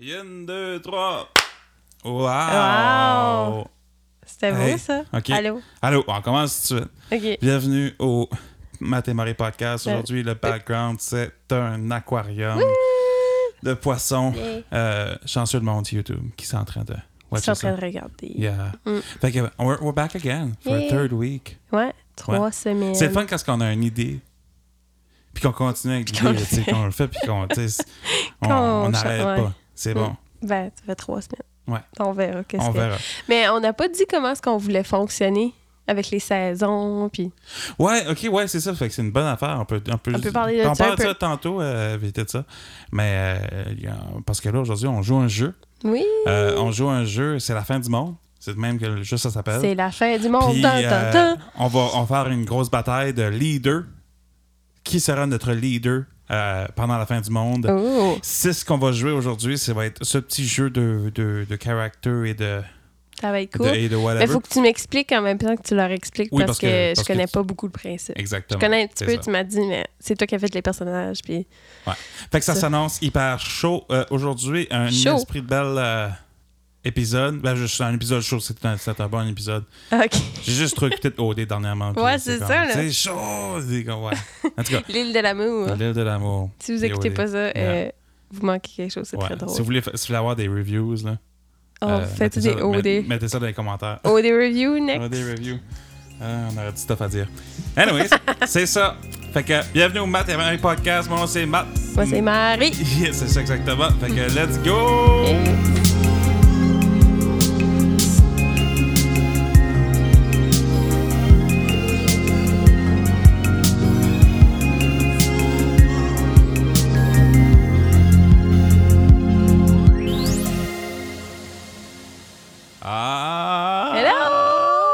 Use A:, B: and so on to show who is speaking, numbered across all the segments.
A: Une, deux, trois. Wow!
B: Wow. C'était beau,
A: Hey,
B: ça?
A: ok.
B: Allô?
A: Allô, on commence tout de suite.
B: OK.
A: Bienvenue au Matt et Marie Podcast.
B: Ben-
A: Aujourd'hui, le background, c'est un aquarium de poissons.
B: Yay.
A: Euh, chanceux de monde YouTube qui sont en train de
B: Je
A: watch
B: suis en train
A: ça.
B: de regarder.
A: Yeah.
B: Mm.
A: Fait que, we're, we're back again for
B: Yay.
A: a third week.
B: Ouais, trois semaines.
A: C'est le fun quand on a une idée. Puis qu'on continue avec
B: Puis qu'on
A: l'idée,
B: le
A: tu sais,
B: fait.
A: qu'on le fait, puis qu'on tu sais, on
B: Qu'on
A: on
B: cha-
A: n'arrête
B: ouais.
A: pas. C'est bon,
B: Ben, ça fait trois semaines.
A: Ouais.
B: On verra qu'est-ce
A: on
B: que-
A: verra.
B: Mais on n'a pas dit comment est-ce qu'on voulait fonctionner avec les saisons, puis...
A: Ouais, ok, ouais, c'est ça. Fait que c'est une bonne affaire. On peut, on peut,
B: On peut parler de
A: on
B: ça un
A: parle de
B: peu.
A: ça tantôt, euh, vite de ça. Mais euh, il y a- parce que là, aujourd'hui, on joue un jeu.
B: Oui!
A: Euh, on joue un jeu, c'est la fin du monde. C'est de même que le jeu, ça s'appelle.
B: C'est la fin du monde.
A: Euh, Puis,
B: Tan, tan,
A: euh,
B: tan.
A: on va on va faire une grosse bataille de leader. Qui sera notre leader euh, pendant la fin du monde?
B: Oh!
A: C'est ce qu'on va jouer aujourd'hui. Ça va être ce petit jeu de, de, de character et de,
B: Ça va être
A: de-
B: cool.
A: et de
B: Mais
A: whatever.
B: faut que tu m'expliques en même temps que tu leur expliques
A: Oui, parce
B: parce, que,
A: que-
B: je
A: parce que
B: connais
A: tu-
B: pas beaucoup le principe.
A: Exactement.
B: Je connais un petit
A: c'est
B: peu,
A: ça.
B: tu m'as dit, mais c'est toi qui as fait les personnages, puis...
A: Fait que ça
B: Ça.
A: s'annonce hyper chaud. Euh, Aujourd'hui, un
B: Chaud.
A: esprit de belle euh, épisode. Ben, je- c'est un épisode chaud, c'est un, c'est un bon épisode.
B: OK.
A: J'ai juste trop écouté de OD dernièrement. puis
B: Ouais, c'est
A: comme,
B: ça, là.
A: C'est chaud! c'est comme, ouais. En tout cas,
B: L'île de l'amour.
A: l'île de l'amour.
B: Si vous écoutez
A: Et
B: pas ça,
A: Yeah.
B: euh, vous manquez quelque chose, c'est
A: Ouais.
B: très drôle.
A: Si vous, voulez, fa- si vous voulez avoir des reviews, là,
B: Oh,
A: euh,
B: faites
A: mettez
B: des
A: ça- met-
B: OD.
A: Mettez ça dans les commentaires.
B: OD review next.
A: OD review. Ah, on aurait du stuff à dire. Anyways, c'est ça. Fait que bienvenue au Matt et Marie Podcast. Mon nom c'est Matt.
B: Moi, c'est Marie.
A: Yeah, c'est ça exactement. Fait que let's go! Ah!
B: Hello!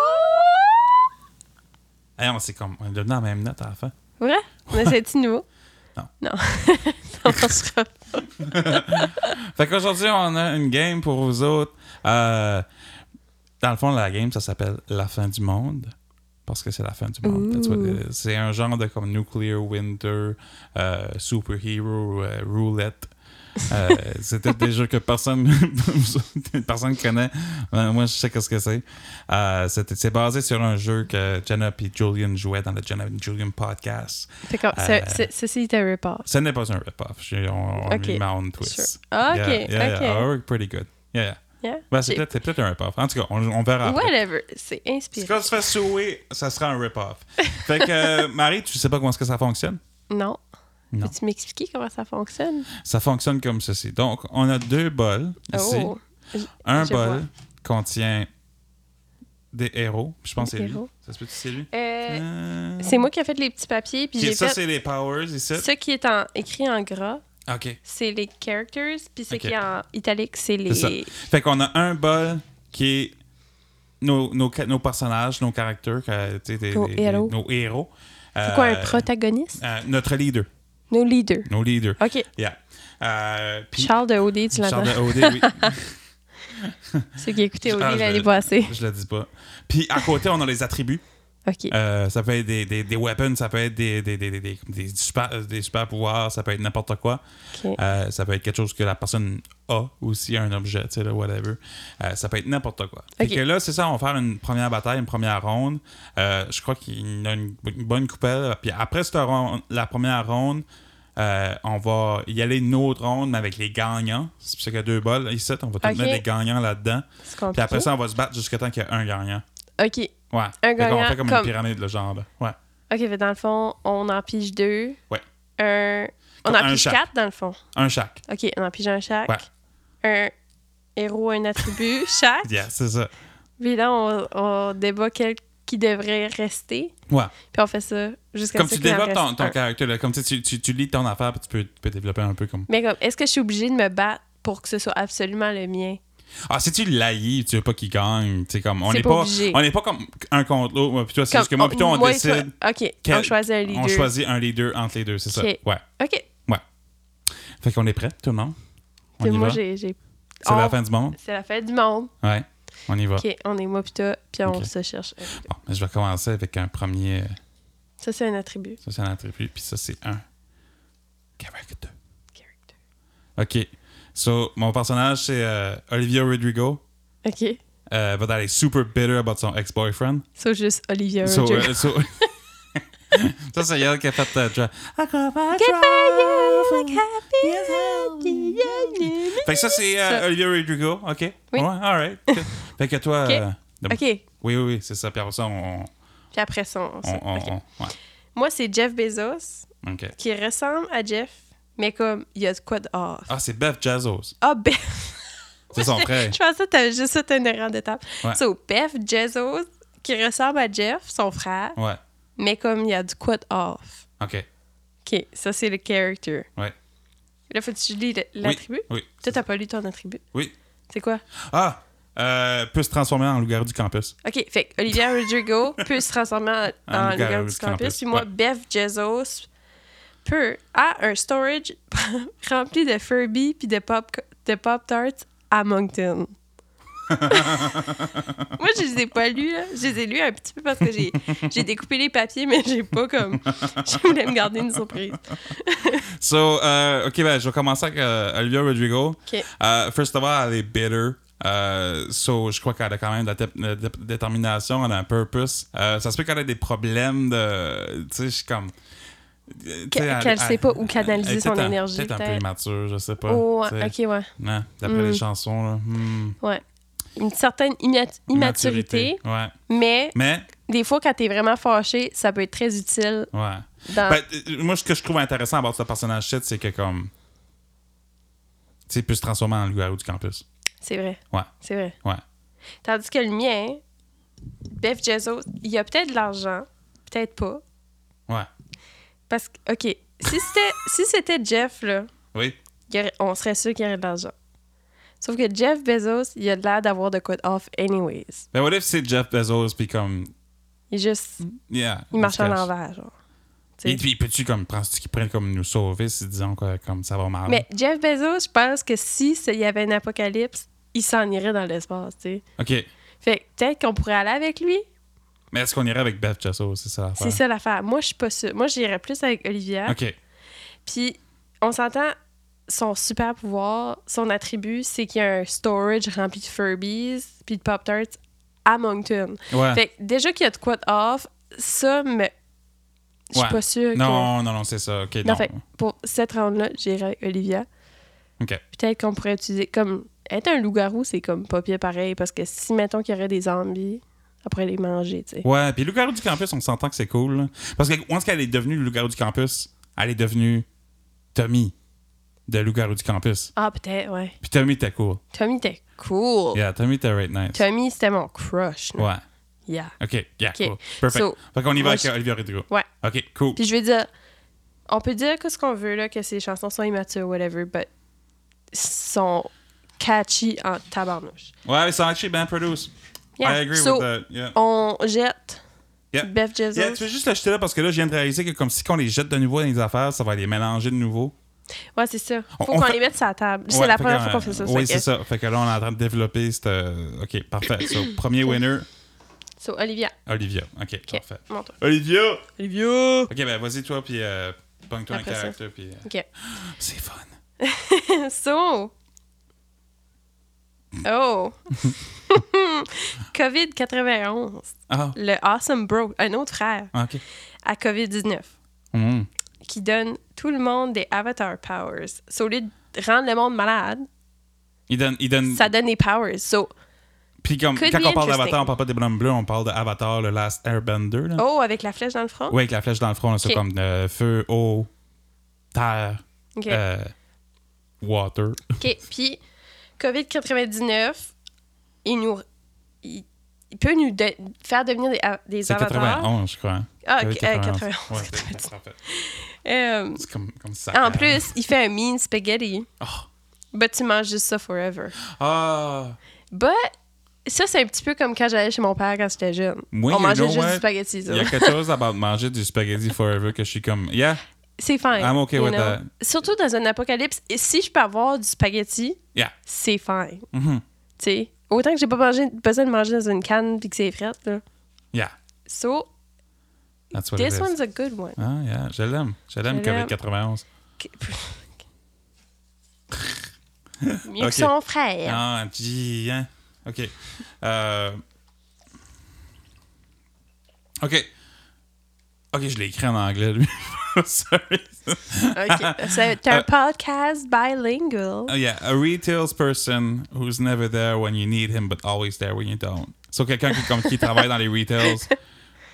A: Hey, on s'est comme. On est devenu en même note à la fin.
B: Ouais? On essaie-tu de nouveau?
A: Non.
B: Non. Ça marchera.
A: Fait qu'aujourd'hui, on a une game pour vous autres. Euh, dans le fond, la game, ça s'appelle La fin du monde. Parce que c'est la fin du monde. That's what it is. C'est un genre de comme Nuclear Winter, euh, Superhero, euh, Roulette. Euh, c'est tous des jeux que personne, personne connaît. Euh, Moi, je sais qu'est-ce que c'est. Euh, c'est c'est basé sur un jeu que Jenna et Julian jouaient dans le Jenna et Julian podcast.
B: Fait que
A: Euh,
B: ce- ce- ceci est un repas.
A: Ce n'est pas un rip-off. J'ai- On, on
B: Ok.
A: lui met un twist.
B: Sure. Ah, ok,
A: Yeah, yeah,
B: ok.
A: yeah. I work pretty good. Yeah, yeah.
B: Yeah?
A: Ben, c'est
B: J'ai-
A: peut-être c'est peut-être un rip-off. En tout cas, on, on verra après.
B: Whatever. C'est
A: Si
B: inspiré.
A: quand tu fais souer, ça sera un rip-off. Fait que, euh, Marie, tu sais pas comment est-ce que ça fonctionne?
B: Non.
A: Non.
B: Peux-tu m'expliquer comment ça fonctionne?
A: Ça fonctionne comme ceci. Donc, on a deux bols ici.
B: Oh!
A: un
B: je
A: bol
B: vois.
A: contient des héros. Je pense que
B: Des
A: c'est lui.
B: héros.
A: Ça se peut-tu que c'est lui?
B: Euh,
A: Euh,
B: C'est moi qui ai fait les petits papiers, puis
A: ok,
B: j'ai
A: ça,
B: fait...
A: c'est les powers ici.
B: Ce qui est en, écrit en gras,
A: OK.
B: c'est les characters, puis ce
A: Ok.
B: qui est en italique, c'est les...
A: ça. Fait qu'on a un bol qui est nos, nos, ca- nos personnages, nos caractères, que, tu sais, des-
B: Nos
A: des- des-
B: héros.
A: nos héros.
B: C'est
A: Euh,
B: quoi un protagoniste?
A: euh, Notre leader.
B: Nos leaders.
A: Nos leaders.
B: OK.
A: Yeah. Euh, puis-
B: Charles de OD, tu l'entends.
A: Charles de OD, oui.
B: Ceux qui écoutaient OD
A: Ah, je-
B: l'année passée.
A: Je le dis pas. Puis à côté, on a les attributs.
B: OK.
A: Euh, ça peut être des, des, des weapons, ça peut être des, des, des, des, des- des super, euh, des super pouvoirs, ça peut être n'importe quoi.
B: OK.
A: Euh, ça peut être quelque chose que la personne a aussi, un objet, tu sais, là, whatever. Euh, ça peut être n'importe quoi. Fait
B: Ok.
A: que là, c'est ça, on va faire une première bataille, une première ronde. Euh, je crois qu'il y en a une, une bonne coupelle. Puis après cette ronde, la première ronde, euh, on va y aller une autre ronde, mais avec les gagnants. C'est pour ça qu'il y a deux bols. Ici, on va tout
B: Ok.
A: mettre des gagnants là-dedans.
B: C'est
A: Puis
B: compliqué.
A: après ça, on va se battre jusqu'à temps qu'il y a un gagnant.
B: OK.
A: Ouais.
B: Un
A: on
B: gagnant,
A: fait comme,
B: comme-
A: une pyramide, le genre. là. Ouais.
B: OK, fait dans le fond, on en pige deux.
A: Ouais.
B: Un... On
A: Comme
B: en
A: un
B: pige
A: chaque.
B: quatre, dans le fond.
A: Un chaque.
B: OK, on en pige un chaque.
A: Ouais.
B: Un héros, un attribut chaque.
A: Yeah, c'est ça.
B: Puis là, on, on débat quel qui devrait rester.
A: Ouais.
B: Puis on fait ça jusqu'à
A: Comme
B: ce
A: tu
B: qu'il en
A: développes
B: reste
A: ton, ton
B: un.
A: caractère, là, comme tu, sais, tu, tu, tu lis ton affaire, puis tu peux, tu peux développer un peu comme.
B: Mais comme, est-ce que je suis obligée de me battre pour que ce soit absolument le mien?
A: Ah, si tu l'haïs, tu veux pas qu'il gagne. Tu sais, comme, on
B: C'est
A: n'est
B: pas
A: pas,
B: obligé.
A: on n'est pas comme un contre l'autre. Moi, puis toi, c'est
B: Comme,
A: juste que moi, puis toi, on
B: moi et
A: décide.
B: toi. OK, on
A: quel-
B: choisit un leader.
A: On choisit un des deux entre les deux, c'est ça.
B: Ok.
A: Ouais.
B: OK.
A: Fait qu'on est prêt, tout le monde. On
B: Puis
A: y
B: moi,
A: va.
B: j'ai... j'ai-
A: C'est la
B: on-
A: fin du monde.
B: C'est la fête du monde.
A: Ouais. On y va.
B: OK, on est moi pis toi, puis on
A: Ah. Ok.
B: se cherche.
A: Bon, mais je vais commencer avec un premier. euh,
B: Ça, c'est un attribut.
A: Ça, c'est un attribut, puis ça, c'est un. Character.
B: Character.
A: OK. So, mon personnage, c'est euh, Olivia Rodrigo,
B: OK.
A: euh, but elle est super bitter about son ex-boyfriend.
B: So, juste Olivia
A: So,
B: Rodrigo.
A: euh, so- ça, c'est elle qui a fait... euh, tra- I got my
B: Get by you,
A: drive.
B: like happy,
A: Yes,
B: happy, yeah, yeah.
A: Fait que ça, c'est euh,
B: Ça.
A: Olivia Rodrigo, OK? Ouais,
B: Oui.
A: all right. fait que toi...
B: OK.
A: euh, de-
B: OK.
A: Oui, oui, oui, c'est ça. Puis après ça, on...
B: Puis après ça, on-
A: on, on-
B: OK.
A: on- ouais,
B: Moi, c'est Jeff Bezos,
A: OK.
B: qui ressemble à Jeff, mais comme, il y a de quoi de off.
A: Ah, c'est Beth Jazos.
B: Ah, ben...
A: C'est son frère.
B: Je pensais que t'avais juste fait une erreur d'étape.
A: Ouais.
B: So, Beth Jezos, qui ressemble à Jeff, son frère,
A: Ouais,
B: mais comme il y a du quoi de off.
A: OK.
B: OK, ça, c'est le character.
A: Ouais.
B: Là, faut que tu lis le- l'attribut.
A: Oui.
B: Toi, t'as pas lu ton attribut.
A: Oui.
B: C'est quoi?
A: Ah! Euh, peut se transformer en loup-garou du campus.
B: OK, fait que Olivia Rodrigo peut se transformer en,
A: En
B: en
A: Lucarus
B: Lucarus
A: Campus,
B: du campus. Puis moi,
A: ouais.
B: Bev Jezos peut a un storage rempli de Furby puis de pop de pop tarts à Moncton. moi, je les ai pas lus là. Je les ai lus un petit peu parce que j'ai j'ai découpé les papiers, mais j'ai pas comme je voulais me garder une surprise.
A: So, euh, OK, ben, je vais commencer avec euh, Olivia Rodrigo.
B: OK.
A: Euh, first of all, elle est bitter. Euh, so, je crois qu'elle a quand même de la tép- de la dé- détermination, elle a un purpose. Euh, ça se peut qu'elle ait des problèmes de. Tu sais, je suis comme. tu sais,
B: Qu'elle-
A: elle-
B: qu'elle sait
A: elle-
B: pas où canaliser
A: elle est
B: son
A: peut-être un-
B: énergie,
A: Peut-être un peu
B: peut-être.
A: immature, je sais pas.
B: Oh,
A: tu sais.
B: OK, ouais.
A: Non, d'après
B: Hmm.
A: les chansons, là. hmm,
B: Ouais. Une certaine immat- immaturité,
A: Ouais.
B: mais
A: Mais,
B: des fois, quand t'es vraiment fâché, ça peut être très utile
A: ouais.
B: dans.
A: Ben, euh, moi, ce que je trouve intéressant à bord de ce personnage shit, c'est que comme. Tu sais, il peut se transformer en loup-garou du campus.
B: C'est vrai.
A: Ouais.
B: C'est vrai.
A: Ouais.
B: Tandis que le mien, Beth Jezos, il y a peut-être de l'argent, peut-être pas.
A: Ouais.
B: Parce que, OK, si c'était, si c'était Jeff, là,
A: Oui.
B: il y aurait- on serait sûr qu'il y aurait de l'argent. Sauf que Jeff Bezos, il a l'air d'avoir de quoi de off anyways.
A: Ben, what if c'est Jeff Bezos, puis comme.
B: Il est juste,
A: Yeah.
B: il marche à
A: cache.
B: l'envers, genre. Tu sais.
A: Et puis, peux-tu, comme, penses-tu qu'ils prennent comme nous sauver si disons que, comme, ça va mal?
B: Mais Jeff Bezos, je pense que si ça- il y avait un apocalypse, il s'en irait dans l'espace, tu sais.
A: OK.
B: Fait que peut-être qu'on pourrait aller avec lui.
A: Mais est-ce qu'on irait avec Beth Bezos? C'est ça l'affaire.
B: C'est ça l'affaire. Moi, je suis pas sûre. Moi, j'irais plus avec Olivia.
A: OK.
B: Puis, on s'entend, son super pouvoir, son attribut, c'est qu'il y a un storage rempli de Furbies puis de Pop-Tarts à Moncton.
A: Ouais.
B: Fait que déjà qu'il y a de quoi de off, ça, mais je suis
A: Ouais.
B: pas sûre que...
A: Non, non, non, c'est ça. OK,
B: Non,
A: non.
B: fait pour cette round-là, j'irai avec Olivia.
A: OK.
B: Peut-être qu'on pourrait utiliser... Comme, être un loup-garou, c'est comme pas pire pareil, parce que si, mettons, qu'il y aurait des zombies, après les manger, tu sais.
A: Ouais, puis loup-garou du campus, on s'entend que c'est cool. là. Parce que once qu'elle est devenue loup-garou du campus, elle est devenue Tommy de loup-garou du campus.
B: Ah, peut-être, ouais.
A: Puis Tommy était cool.
B: Tommy était cool.
A: Yeah, Tommy était right nice.
B: Oh. Tommy, c'était mon crush. là.
A: Ouais.
B: Yeah.
A: OK, yeah,
B: OK.
A: cool. Perfect.
B: So,
A: fait qu'on y va
B: moi,
A: avec
B: je-
A: euh, Olivia Rodrigo.
B: Ouais.
A: OK, cool.
B: Puis je vais dire, on peut dire que ce qu'on veut, là, que ces chansons sont immatures, whatever, but sont catchy en tabarnouche.
A: Ouais, c'est actually bien produced.
B: Yeah.
A: I agree
B: So, oh,
A: with that. Yeah.
B: On jette
A: Yeah.
B: Beth Jesus.
A: Yeah, tu veux juste l'acheter là parce que là, je viens de réaliser que comme si on les jette de nouveau dans les affaires, ça va les mélanger de nouveau.
B: Ouais, c'est ça.
A: On-
B: Faut
A: on
B: qu'on
A: fait-
B: les mette sur la table.
A: Ouais,
B: c'est la
A: fait
B: première
A: que,
B: fois qu'on fait ça.
A: euh,
B: ça
A: Oui,
B: que-
A: c'est ça. Fait que là, on est en train de développer cette. euh, OK, parfait. So, premier winner,
B: So, Olivia,
A: Olivia. OK, parfait.
B: montre.
A: Olivia!
B: Olivia!
A: OK, ben vas-y, toi, puis euh, pogne-toi un
B: Après ça.
A: caractère, puis... euh,
B: OK.
A: C'est fun.
B: so... Oh! COVID-91.
A: Ah,
B: Le Awesome Bro, un autre frère,
A: OK.
B: à COVID-19.
A: Mm.
B: qui donne tout le monde des avatar powers. So, au lieu de rendre le monde malade,
A: Il donne... Il donne...
B: ça donne des powers. So,
A: Puis comme,
B: Could
A: quand
B: be
A: on parle
B: interesting.
A: d'Avatar, on parle pas des bonhommes bleus, on parle d'Avatar, le Last Airbender, là.
B: oh, avec la flèche dans le front.
A: Oui, avec la flèche dans le front, là, c'est
B: OK.
A: comme euh, feu, eau, terre,
B: OK.
A: euh, water.
B: OK. Puis, COVID-99, il nous. Il, il peut nous de- faire devenir des, a- des
A: C'est
B: avatars.
A: 91, je crois. hein.
B: Ah,
A: Oui,
B: ok, euh, 91.
A: Ouais, c'est- c'est parfait.
B: Euh,
A: C'est comme, comme ça.
B: en plus, il fait un mean spaghetti.
A: Oh.
B: But tu manges juste ça forever.
A: Ah!
B: But. Ça, c'est un petit peu comme quand j'allais chez mon père quand j'étais jeune.
A: Moi,
B: On
A: you
B: mangeait
A: know
B: juste
A: what?
B: du spaghetti. ça.
A: Il y a quelque chose about manger du spaghetti forever que je suis comme, yeah,
B: C'est fine.
A: I'm okay
B: you
A: with
B: know.
A: that.
B: Surtout dans un apocalypse, et si je peux avoir du spaghetti,
A: yeah.
B: c'est fine.
A: mhm,
B: Tu sais, autant que j'ai pas mangé- besoin de manger dans une canne puis que c'est frais, là.
A: Yeah.
B: So,
A: That's what it
B: this
A: is.
B: one's a good one.
A: Ah, yeah. Je l'aime. Je l'aime,
B: Je l'aime.
A: COVID-91.
B: Mieux
A: Ok.
B: que son frère.
A: Ah, dis, hein? OK. Euh, OK. OK, je l'ai écrit en anglais, lui. Sorry.
B: Ok. C'est un
A: Ah. Euh,
B: podcast bilingual.
A: Oh, yeah, a retail person who's never there when you need him, but always there when you don't. So, quelqu'un qui, comme, qui travaille dans les retails,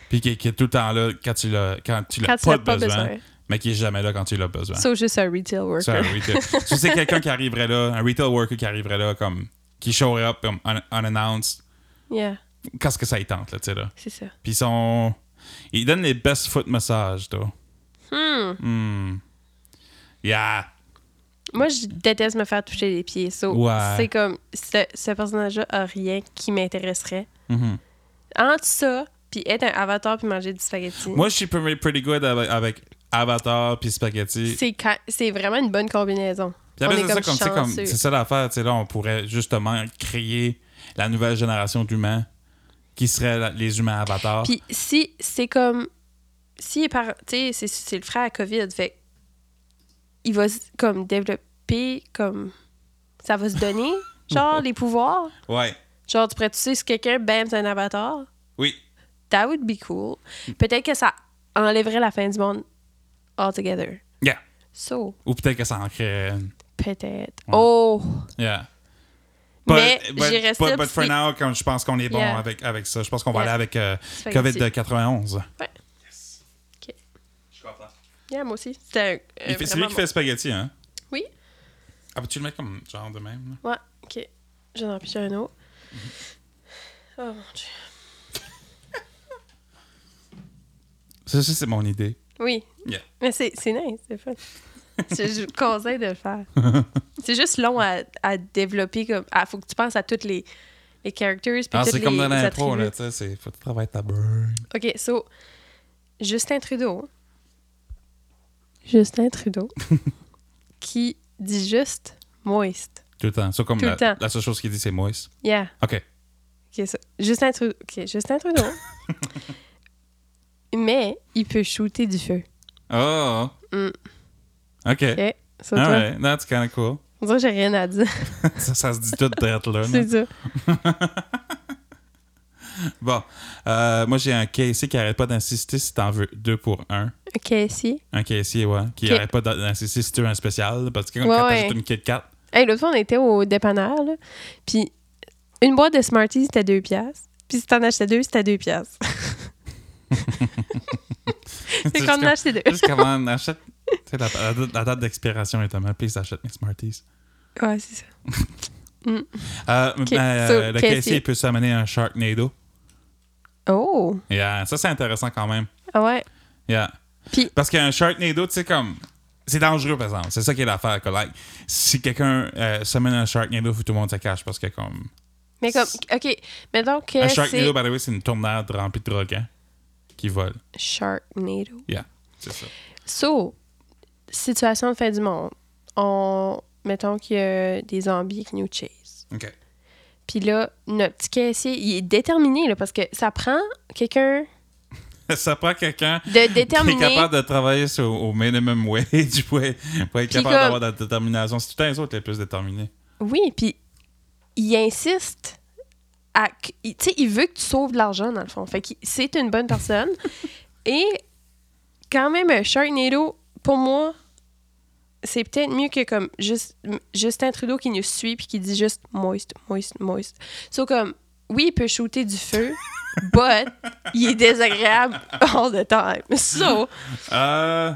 A: puis qui, qui est tout le temps là quand tu l'as, quand tu l'as
B: Quand tu
A: pas,
B: n'as pas
A: besoin,
B: besoin.
A: mais qui est jamais là quand tu l'as besoin.
B: So, juste un retail
A: C'est un
B: worker.
A: retail. So, c'est quelqu'un qui arriverait là, un retail worker qui arriverait là, comme, qui show up comme, un unannounced,
B: Yeah,
A: quand ce que ça y tente, là, tu sais, là.
B: c'est ça.
A: Puis ils sont. Ils donnent les best foot massages, toi.
B: Hmm.
A: Hmm. Yeah.
B: Moi, je déteste me faire toucher les pieds. So,
A: Ouais.
B: c'est comme ce, ce personnage-là a rien qui m'intéresserait.
A: Mhm.
B: Entre ça, puis être un avatar, puis manger du spaghetti.
A: Moi, je suis pretty, pretty good avec, avec Avatar puis Spaghetti.
B: c'est ca- c'est vraiment une bonne combinaison.
A: Puis
B: on
A: après,
B: est
A: c'est ça,
B: comme
A: comme, c'est, comme,
B: chanceux.
A: c'est ça l'affaire. tu sais, Là, on pourrait justement créer la nouvelle génération d'humains qui seraient la- les humains avatars.
B: Puis si c'est comme. Si il par- Tu sais, c'est- c'est le frère à COVID, fait. que Il va s- comme développer, comme. Ça va se donner, genre, les pouvoirs.
A: Ouais.
B: Genre, tu pourrais tuer si quelqu'un, bam, c'est un avatar.
A: Oui.
B: That would be cool.
A: Mm.
B: Peut-être que ça enlèverait la fin du monde altogether.
A: Yeah.
B: So,
A: Ou peut-être que ça en crée une.
B: peut-être.
A: Ouais.
B: Oh!
A: Yeah.
B: Mais j'y reste
A: but,
B: là,
A: but for
B: puis-
A: now, comme je pense qu'on est bon
B: Yeah.
A: avec, avec ça. Je pense qu'on va
B: Yeah.
A: aller avec euh, COVID
B: Spaghetti.
A: de 91.
B: Ouais.
A: Yes.
B: Ok.
A: Je comprends.
B: Yeah, moi aussi. C'était un- un.
A: Il fait- c'est lui
B: vraiment
A: qui
B: bon-
A: fait spaghetti, hein?
B: Oui.
A: Ah, peux-tu le mettre comme genre de même? là?
B: Ouais, ok. J'en ai plus un autre. Oh mon dieu.
A: Ça, ça, c'est mon idée.
B: Oui.
A: Yeah.
B: Mais c'est c'est nice, c'est fun. je, je vous conseille de le faire. C'est juste long à, à développer. comme à- Faut que tu penses à toutes les, les characters. Puis
A: Ah,
B: toutes
A: c'est comme
B: les-
A: dans
B: les
A: l'intro, là, tu sais,
B: attributs.
A: c'est faut que tu travailles ta burn.
B: OK, so, Justin Trudeau. Justin Trudeau. qui dit juste moist.
A: Tout le temps. Ça, comme
B: Tout
A: la,
B: le temps.
A: la seule chose qu'il dit, c'est moist.
B: Yeah.
A: OK.
B: OK, so, Justin Trudeau. OK, Justin Trudeau. Mais il peut shooter du feu.
A: Oh!
B: Mm.
A: OK.
B: OK? So, toi,
A: Alright, that's kind of cool.
B: On dirait que j'ai rien à dire.
A: ça, ça se dit tout d'être là.
B: C'est
A: là.
B: ça.
A: Bon, euh, moi, j'ai un caissier qui arrête pas d'insister si t'en veux deux pour un.
B: OK, si.
A: Un caissier, ouais, qui
B: Ok.
A: arrête pas d'insister si tu veux un spécial, parce que quand
B: Ouais,
A: t'ajoutes
B: ouais.
A: une Kit Kat,
B: Hey, l'autre fois, on était au dépanneur, là. Puis une boîte de Smarties, c'était 2 piastres. Puis si t'en achetais deux, c'était 2 piastres.
A: c'est
B: C'est qu'on en a
A: juste
B: acheté deux.
A: comme- juste comment on achète. Tu sais, la, la- la date d'expiration est à ma place, j'achète mes Smarties.
B: Ouais, c'est ça.
A: Euh, mais, euh,
B: so,
A: le
B: caissier.
A: caissier peut s'amener un Sharknado.
B: Oh!
A: Yeah, ça, c'est intéressant quand même.
B: Ah ouais.
A: Yeah.
B: Puis-
A: Parce qu'un Sharknado, tu sais, comme. C'est dangereux, par exemple. C'est ça qui est l'affaire. Que, like, si quelqu'un euh, s'amène un Sharknado, faut que tout le monde se cache parce que, comme.
B: Mais comme, OK, mettons que
A: un
B: c'est
A: Sharknado, by the way, c'est une tournade remplie de drogues hein, qui vole.
B: Sharknado.
A: Yeah. C'est ça.
B: So, situation de fin du monde. On, mettons qu'il y a des zombies qui nous chase.
A: OK.
B: Puis là, notre petit caissier, il est déterminé, là, parce que ça prend quelqu'un
A: ça prend quelqu'un
B: de
A: qui est
B: déterminer.
A: capable de travailler sur- au minimum wage pour être, pour être
B: Puis
A: capable d'avoir
B: comme-
A: de la détermination. C'est tout un autre les plus déterminés.
B: Oui, puis il insiste à... que- il- Tu sais, il veut que tu sauves de l'argent, dans le fond. Fait que c'est une bonne personne. Et quand même, un Sharknado, pour moi, c'est peut-être mieux que comme juste, Justin Trudeau qui nous suit puis qui dit juste « moist, moist, moist ». So comme, oui, il peut shooter du feu, but il est désagréable all the time. So,
A: Euh.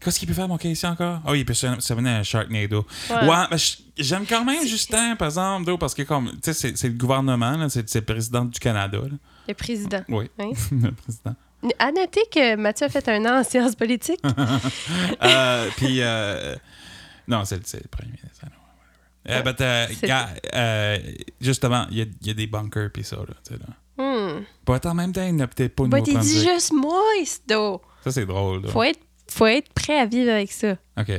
A: Qu'est-ce qu'il peut faire, mon caissier, encore? Oh, il peut se- s'amener un Sharknado. Ouais,
B: Ouais.
A: mais je- j'aime quand même Justin, par exemple, d'où, parce que, comme, tu sais, c'est- c'est le gouvernement, là, c'est c'est le président du Canada. là.
B: le président.
A: Oui.
B: Hein?
A: le président.
B: À noter que Mathieu a fait un an en sciences politiques.
A: Euh, Puis, euh, non, c'est c'est le premier ministre. I know, whatever. Euh, but, euh,
B: C'est-
A: gars, euh, justement, il y a, il y a des bunkers, puis ça, là, tu sais, là.
B: Hmm.
A: But en même temps, il n'a peut-être pas au
B: Bah, t'es dit
A: Nouveau-Brunswick.
B: juste moist, though.
A: Ça, c'est drôle, là.
B: Faut être, faut être prêt à vivre avec ça.
A: OK.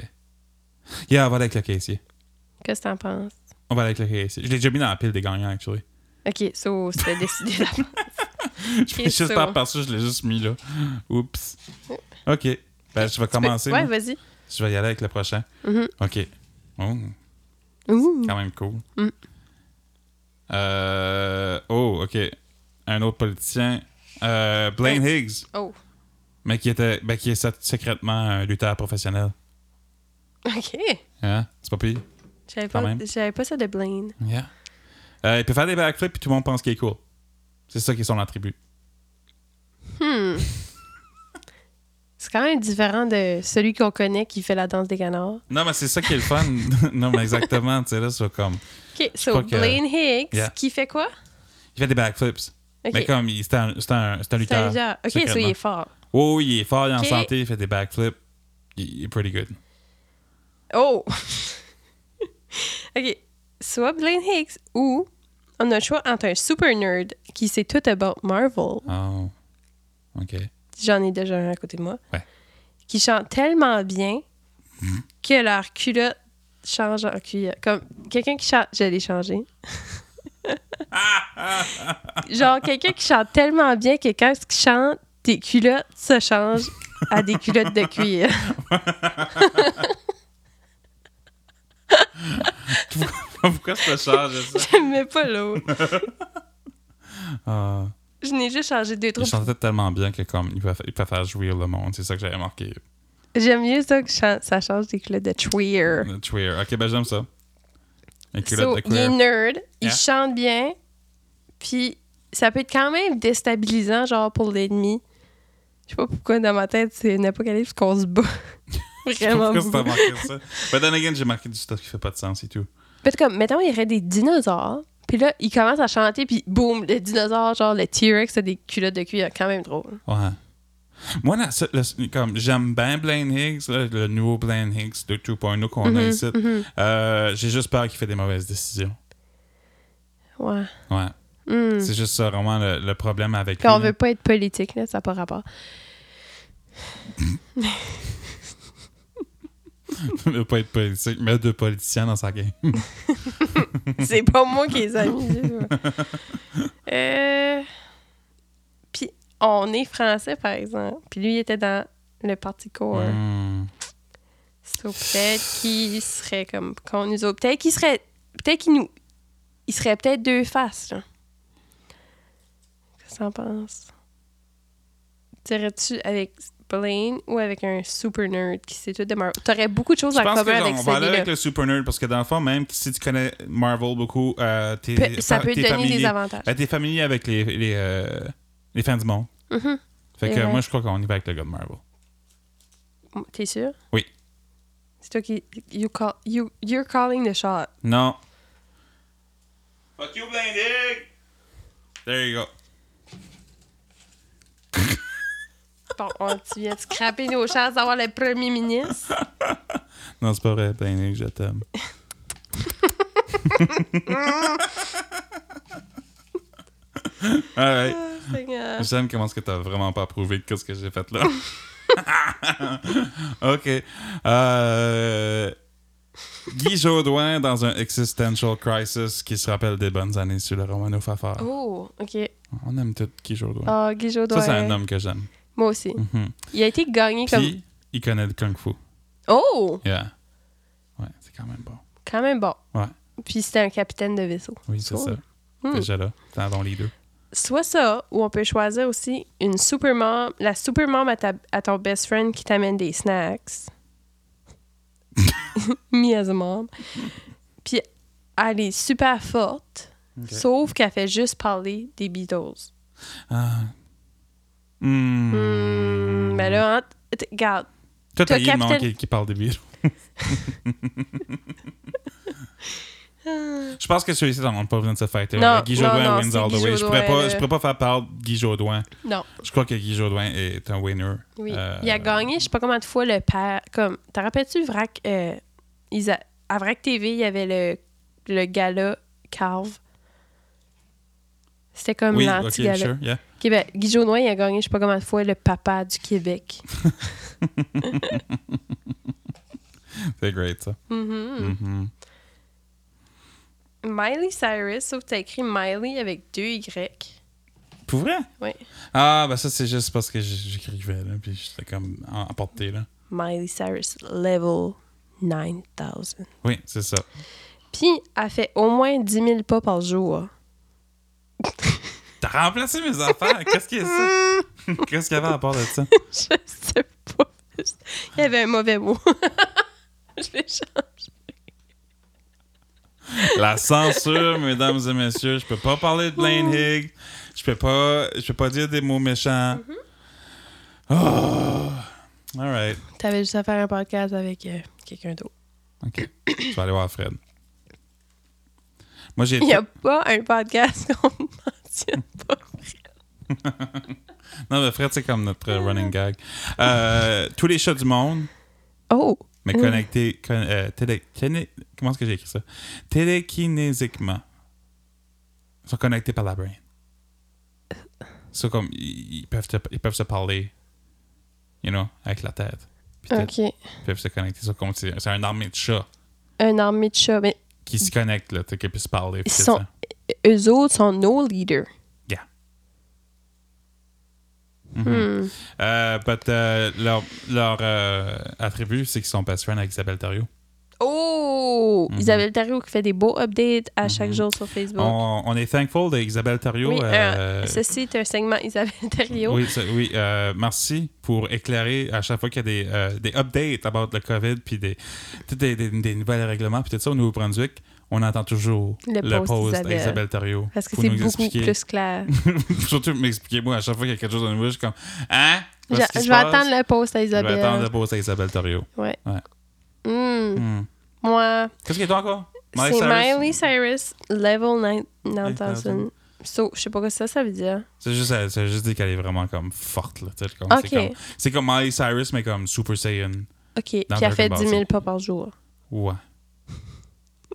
A: Yeah, on va aller avec le caissier.
B: Qu'est-ce que t'en penses?
A: On va aller avec le caissier. Je l'ai déjà mis dans la pile des gagnants, actually.
B: Ok, so, c'était décidé d'avance.
A: Je
B: Ok,
A: juste
B: so-
A: par par-dessus, je l'ai juste mis là. Oups. OK. Ben, je vais
B: Tu peux-
A: commencer.
B: Ouais,
A: moi.
B: vas-y. Mm-hmm.
A: Je vais y aller avec le prochain.
B: Mhm.
A: OK. Oh.
B: Ouh.
A: C'est quand même cool.
B: Mm.
A: Euh, oh, OK. Un autre politicien. Euh, Blaine Higgs,
B: Oh,
A: mais qui était ben, qui est sa- secrètement un lutteur professionnel.
B: OK.
A: Hein? C'est pas pire.
B: J'avais
A: Quand
B: pas,
A: même.
B: j'avais pas ça de Blaine.
A: Yeah. Euh, il peut faire des backflips puis tout le monde pense qu'il est cool. C'est ça qui est son attribut.
B: Hmm. C'est quand même différent de celui qu'on connaît qui fait la danse des canards.
A: Non, mais c'est ça qui est le fun. non, mais exactement. Tu sais, là, c'est comme.
B: OK,
A: pas
B: so
A: que-
B: Blaine Hicks,
A: Yeah.
B: qui fait quoi?
A: Il fait des backflips.
B: OK.
A: Mais comme, il- c'est un, c'est un, c'est un
B: C'est un
A: lutteur.
B: leader. OK, so il
A: secrètement.
B: est fort.
A: Oh, oui, il est fort, il est en
B: Ok.
A: santé, il fait des backflips. Il, il est pretty good.
B: Oh! OK, soit Blaine Hicks ou on a le choix entre un super nerd qui sait tout about Marvel,
A: Oh. OK.
B: j'en ai déjà un à côté de moi,
A: Ouais.
B: qui chante tellement bien que leur culotte change en culotte. Comme quelqu'un qui chante... Je l'ai changé. Genre, quelqu'un qui chante tellement bien que quand il chante, tes culottes se changent à des culottes de cuir.
A: Pourquoi ça change ça?
B: J'aimais pas l'autre.
A: Ah,
B: Je n'ai juste changé deux
A: il
B: trucs.
A: chantait tellement bien que comme il peut, fa- il peut faire jouir le monde. C'est ça que j'avais marqué.
B: J'aime mieux ça que chan- ça change des culottes de queer.
A: Le Queer. Ok, ben j'aime ça. Une culotte
B: So,
A: de
B: il est
A: queer.
B: nerd, il
A: Yeah.
B: chante bien, puis ça peut être quand même déstabilisant, genre, pour l'ennemi. Je sais pas pourquoi, dans ma tête, c'est une apocalypse qu'on se bat.
A: Je sais pas
B: Vraiment.
A: pourquoi
B: beaucoup.
A: t'as marqué ça. Mais then again, j'ai marqué du stuff qui fait pas de sens et tout.
B: Peut-être comme, mettons, il y aurait des dinosaures, puis là, il commence à chanter, puis boum, le dinosaure, genre, le T-Rex a des culottes de cuir, quand même drôle.
A: Ouais. Moi, la seule- le- comme j'aime bien Blaine Higgs, là, le nouveau Blaine Higgs de 2.0 qu'on a
B: Mhm,
A: ici.
B: mhm.
A: Euh, j'ai juste peur qu'il fait des mauvaises décisions.
B: Ouais.
A: Ouais.
B: Hmm.
A: C'est juste ça, vraiment le, le problème avec
B: Puis on
A: lui.
B: veut pas être politique, là, ça n'a pas rapport.
A: On veut pas être politique, mais de politicien dans sa game.
B: C'est pas moi qui les ai mis. là. Euh, Puis on est français, par exemple. Puis lui, il était dans le Parti Core.
A: Hmm.
B: So, peut-être qu'il serait comme qu'on nous autres. Peut-être qu'il serait. Peut-être qu'il nous. Il serait peut-être deux faces, là. Qu'est-ce que t'en penses? Serais-tu avec Blaine ou avec un super nerd qui sait tout de Marvel? T'aurais beaucoup de choses
A: Je
B: en
A: pense que
B: commun
A: genre,
B: avec
A: on va aller
B: celui-là.
A: avec le super nerd parce que dans le fond, même si tu connais Marvel beaucoup, euh, t'es,
B: Pe- Ça
A: par-
B: peut te
A: t'es
B: donner
A: familier,
B: des avantages.
A: euh, t'es familier avec les, les, euh, les fans du monde.
B: Mhm.
A: Fait
B: C'est
A: que
B: vrai.
A: moi, je crois qu'on y va avec le gars de Marvel.
B: Mm, T'es sûr?
A: Oui.
B: C'est toi qui. You call, you, you're calling the shot.
A: Non. Fuck you, Blindig! There you go.
B: Bon, on, tu viens de scraper nos chances d'avoir le premier ministre.
A: Non, c'est pas vrai, Blindig, je t'aime. Alright.
B: Ah, Seigneur.
A: J'aime comment est-ce que t'as vraiment pas approuvé de ce que j'ai fait là. ok. Euh, Guy Jodoin dans un existential crisis qui se rappelle des bonnes années sur le Romano Fafard.
B: Oh, OK.
A: On aime tout Guy Jodoin.
B: Ah, Guy Jodoin.
A: Ça, c'est un homme que j'aime.
B: Moi aussi.
A: Mhm.
B: Il a été gagné comme.
A: Puis, il connaît le Kung Fu.
B: Oh!
A: Yeah. Ouais, c'est quand même bon.
B: Quand même bon.
A: Ouais.
B: Puis c'était un capitaine de vaisseau.
A: Oui, c'est
B: Cool.
A: ça.
B: Hmm.
A: Déjà là. T'es un bon leader.
B: Soit ça, ou on peut choisir aussi une supermom, la supermom à, ta- à ton best friend qui t'amène des snacks. Me as a mom. Puis elle est super forte, sauf qu'elle fait juste parler des Beatles.
A: Ah. Hmm.
B: Hmm, ben là, hein, t- regarde,
A: Toi,
B: T'as
A: t'as eu le monde
B: capitaine-
A: qui, qui parle des bières. Je pense que celui-ci, on n'a pas besoin de se fighter.
B: Non,
A: Guy
B: non,
A: Jodoin
B: non,
A: wins
B: c'est
A: all the
B: Guy
A: way. Je pourrais,
B: Jodoin,
A: pas,
B: euh. là.
A: je pourrais pas faire part Guy Jodoin.
B: non.
A: Je crois que Guy Jodoin est un winner.
B: Oui.
A: Euh,
B: il a gagné, je sais pas combien de fois, le père. Comme, t'en rappelles-tu, Vrac, euh, ils a- à Vrac TV, il y avait le, le gala Carve. C'était comme
A: oui, ok,
B: l'anti-gala.
A: sure, yeah.
B: Ok, ben, Guy Jodoin, il a gagné, je sais pas combien de fois, le papa du Québec.
A: C'est great, ça.
B: Mhm.
A: Mhm.
B: Miley Cyrus, sauf que t'as écrit Miley avec deux Y.
A: Pour vrai?
B: Oui.
A: Ah, ben ça, c'est juste parce que j- j'écrivais, là, puis j'étais comme en- emporté, là.
B: Miley Cyrus, level 9000.
A: Oui, c'est ça.
B: Puis, elle fait au moins 10 000 pas par jour.
A: T'as remplacé mes affaires. Qu'est-ce qu'il y a ça? Qu'est-ce qu'il y avait à part de ça?
B: Je sais pas. Il y avait un mauvais mot. Je l'ai changé.
A: La censure, mesdames et messieurs. Je peux pas parler de Blaine Higgs. Je peux pas, je peux pas dire des mots méchants. Oh. All right.
B: T'avais juste à faire un podcast avec euh, quelqu'un d'autre.
A: OK. Je vais aller voir Fred. Moi, j'ai
B: Il
A: fait-
B: n'y a pas un podcast qu'on ne mentionne pas.
A: Non, mais Fred, c'est comme notre euh, running gag. Euh, tous les chats du monde,
B: Oh!
A: mais
B: Oui.
A: connectés... con- euh, télé, téné- comment est-ce que j'ai écrit ça? Télékinésiquement. Ils sont connectés par la brain. C'est comme... Ils, ils peuvent te- ils peuvent se parler, you know, avec la tête. Puis tout.
B: OK.
A: Ils peuvent se connecter. C'est comme- C'est c'est une armée de chats
B: Un armée de chats. Mais
A: qui se connectent, là, tu sais, qui peuvent se parler. puis
B: Ils
A: tout
B: sont-
A: ça.
B: eux autres sont nos leaders.
A: Yeah.
B: Hmm.
A: Mhm. Euh, but, euh, leur, leur euh, attribut, c'est qu'ils sont best friends avec Isabelle Thériault.
B: Oh!
A: Mhm.
B: Isabelle Tarot qui fait des beaux updates à
A: Hmm.
B: chaque jour sur Facebook.
A: On, on est thankful d'Isabelle Thériault.
B: Oui,
A: euh,
B: euh, ceci est un segment Isabelle Thériault.
A: oui, ça- oui, euh, merci pour éclairer à chaque fois qu'il y a des, euh, des updates about le COVID, puis des, toutes des, des, des nouvelles règlements, puis tout ça au Nouveau-Brunswick. On entend toujours
B: Le post d'Isabelle.
A: d'Isabelle Thériault.
B: Parce que
A: Faut
B: c'est
A: nous
B: beaucoup
A: expliquer.
B: plus clair.
A: Surtout, m'expliquez-moi, à chaque fois qu'il y a quelque chose de nouveau, je suis comme Hein
B: Je,
A: Qu'est-ce qui
B: je
A: se
B: vais
A: passe?
B: attendre le post à
A: Je vais attendre le
B: Isabelle.
A: post à Isabelle Thériault.
B: Ouais.
A: Ouais.
B: Hmm.
A: Hmm.
B: Moi,
A: Qu'est-ce qu'il y a toi encore Miley
B: c'est
A: Cyrus?
B: Miley Cyrus, level
A: 9000.
B: 9000. So, je sais pas ce que ça, ça veut dire.
A: C'est juste, elle- c'est juste dit qu'elle est vraiment comme forte. Là, tu sais, comme-
B: Ok,
A: c'est, comme, c'est comme Miley Cyrus, mais comme Super Saiyan.
B: ok. Puis
A: Dans
B: elle fait
A: Dragon Ball
B: 10 000 pas par jour.
A: Ouais.